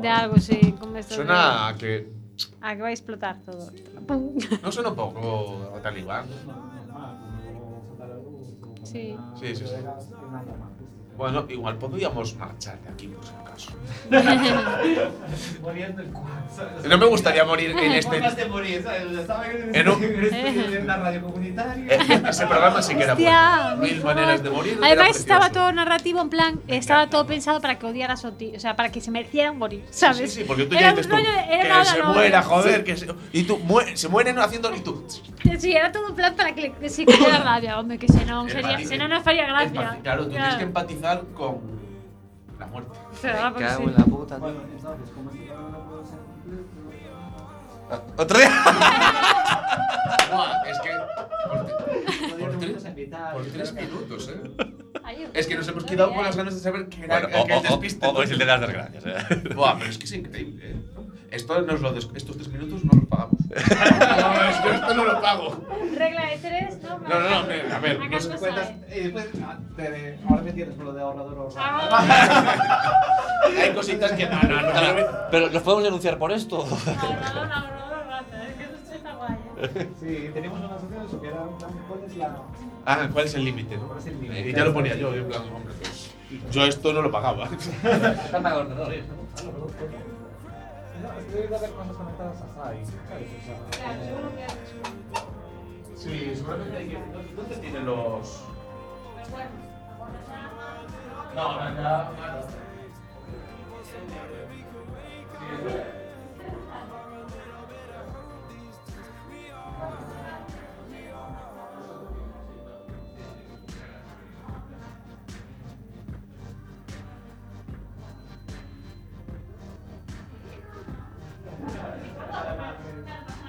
Speaker 5: De algo, sí. Como esto
Speaker 3: Suena a que.
Speaker 5: de- a que va a explotar todo.
Speaker 3: No suena un poco a talibán.
Speaker 5: sí.
Speaker 3: Sí, sí, sí. Bueno, igual podríamos marchar de aquí por si acaso. No me gustaría morir en este. En un-
Speaker 4: Eh,
Speaker 3: ese este programa sí que era
Speaker 5: Hostia,
Speaker 3: bueno. Mil
Speaker 5: mejor.
Speaker 3: maneras de morir. era
Speaker 5: Además estaba
Speaker 3: precioso.
Speaker 5: todo narrativo en plan, estaba todo pensado para que odiaras a ti, o sea, para que se merecieran morir, ¿sabes?
Speaker 3: Sí, sí, porque tú
Speaker 5: Era
Speaker 3: ya
Speaker 5: un
Speaker 3: dices tú,
Speaker 5: rollo de- era
Speaker 3: que
Speaker 5: una
Speaker 3: se
Speaker 5: novela.
Speaker 3: muera, joder, que se, y tú mue- se mueren haciendo y tú.
Speaker 5: Sí. sí, era todo en plan para que le que sí que diera rabia, hombre, que se no,
Speaker 3: El
Speaker 5: sería,
Speaker 3: matiz-
Speaker 5: se no nos faría gracia.
Speaker 3: Empati- Claro, tú tienes que empatizar con la muerte.
Speaker 5: Claro, porque sí.
Speaker 3: Otro día. Buah, es que. Por, por tres, por tres minutos, eh.
Speaker 5: Ay,
Speaker 3: Es que nos hemos quedado con las ganas de saber qué era
Speaker 2: Bueno, o-
Speaker 3: aquel
Speaker 2: o-
Speaker 3: despiste.
Speaker 2: o- o es el de las desgracias, eh.
Speaker 3: Buah, pero es que es increíble, eh. Esto nos lo des- estos tres minutos no los pagamos. no, es que esto no lo pago.
Speaker 5: Regla de tres, ¿no?
Speaker 3: No, no, no, a ver, a ver, no se
Speaker 5: Ah,
Speaker 3: Hay cositas que. No, no, no, te las-
Speaker 2: Pero nos podemos denunciar por esto.
Speaker 5: no, no, no, no, no, es que eso está guay, ¿eh?
Speaker 3: Ah, ¿cuál es el límite? no? Y ya lo ponía yo, yo en plan, hombre, pues, yo esto no lo pagaba. Ah,
Speaker 5: Claro, seguro que haces
Speaker 3: Sí, seguramente hay que. ¿Dónde tienen los.? No, no, no.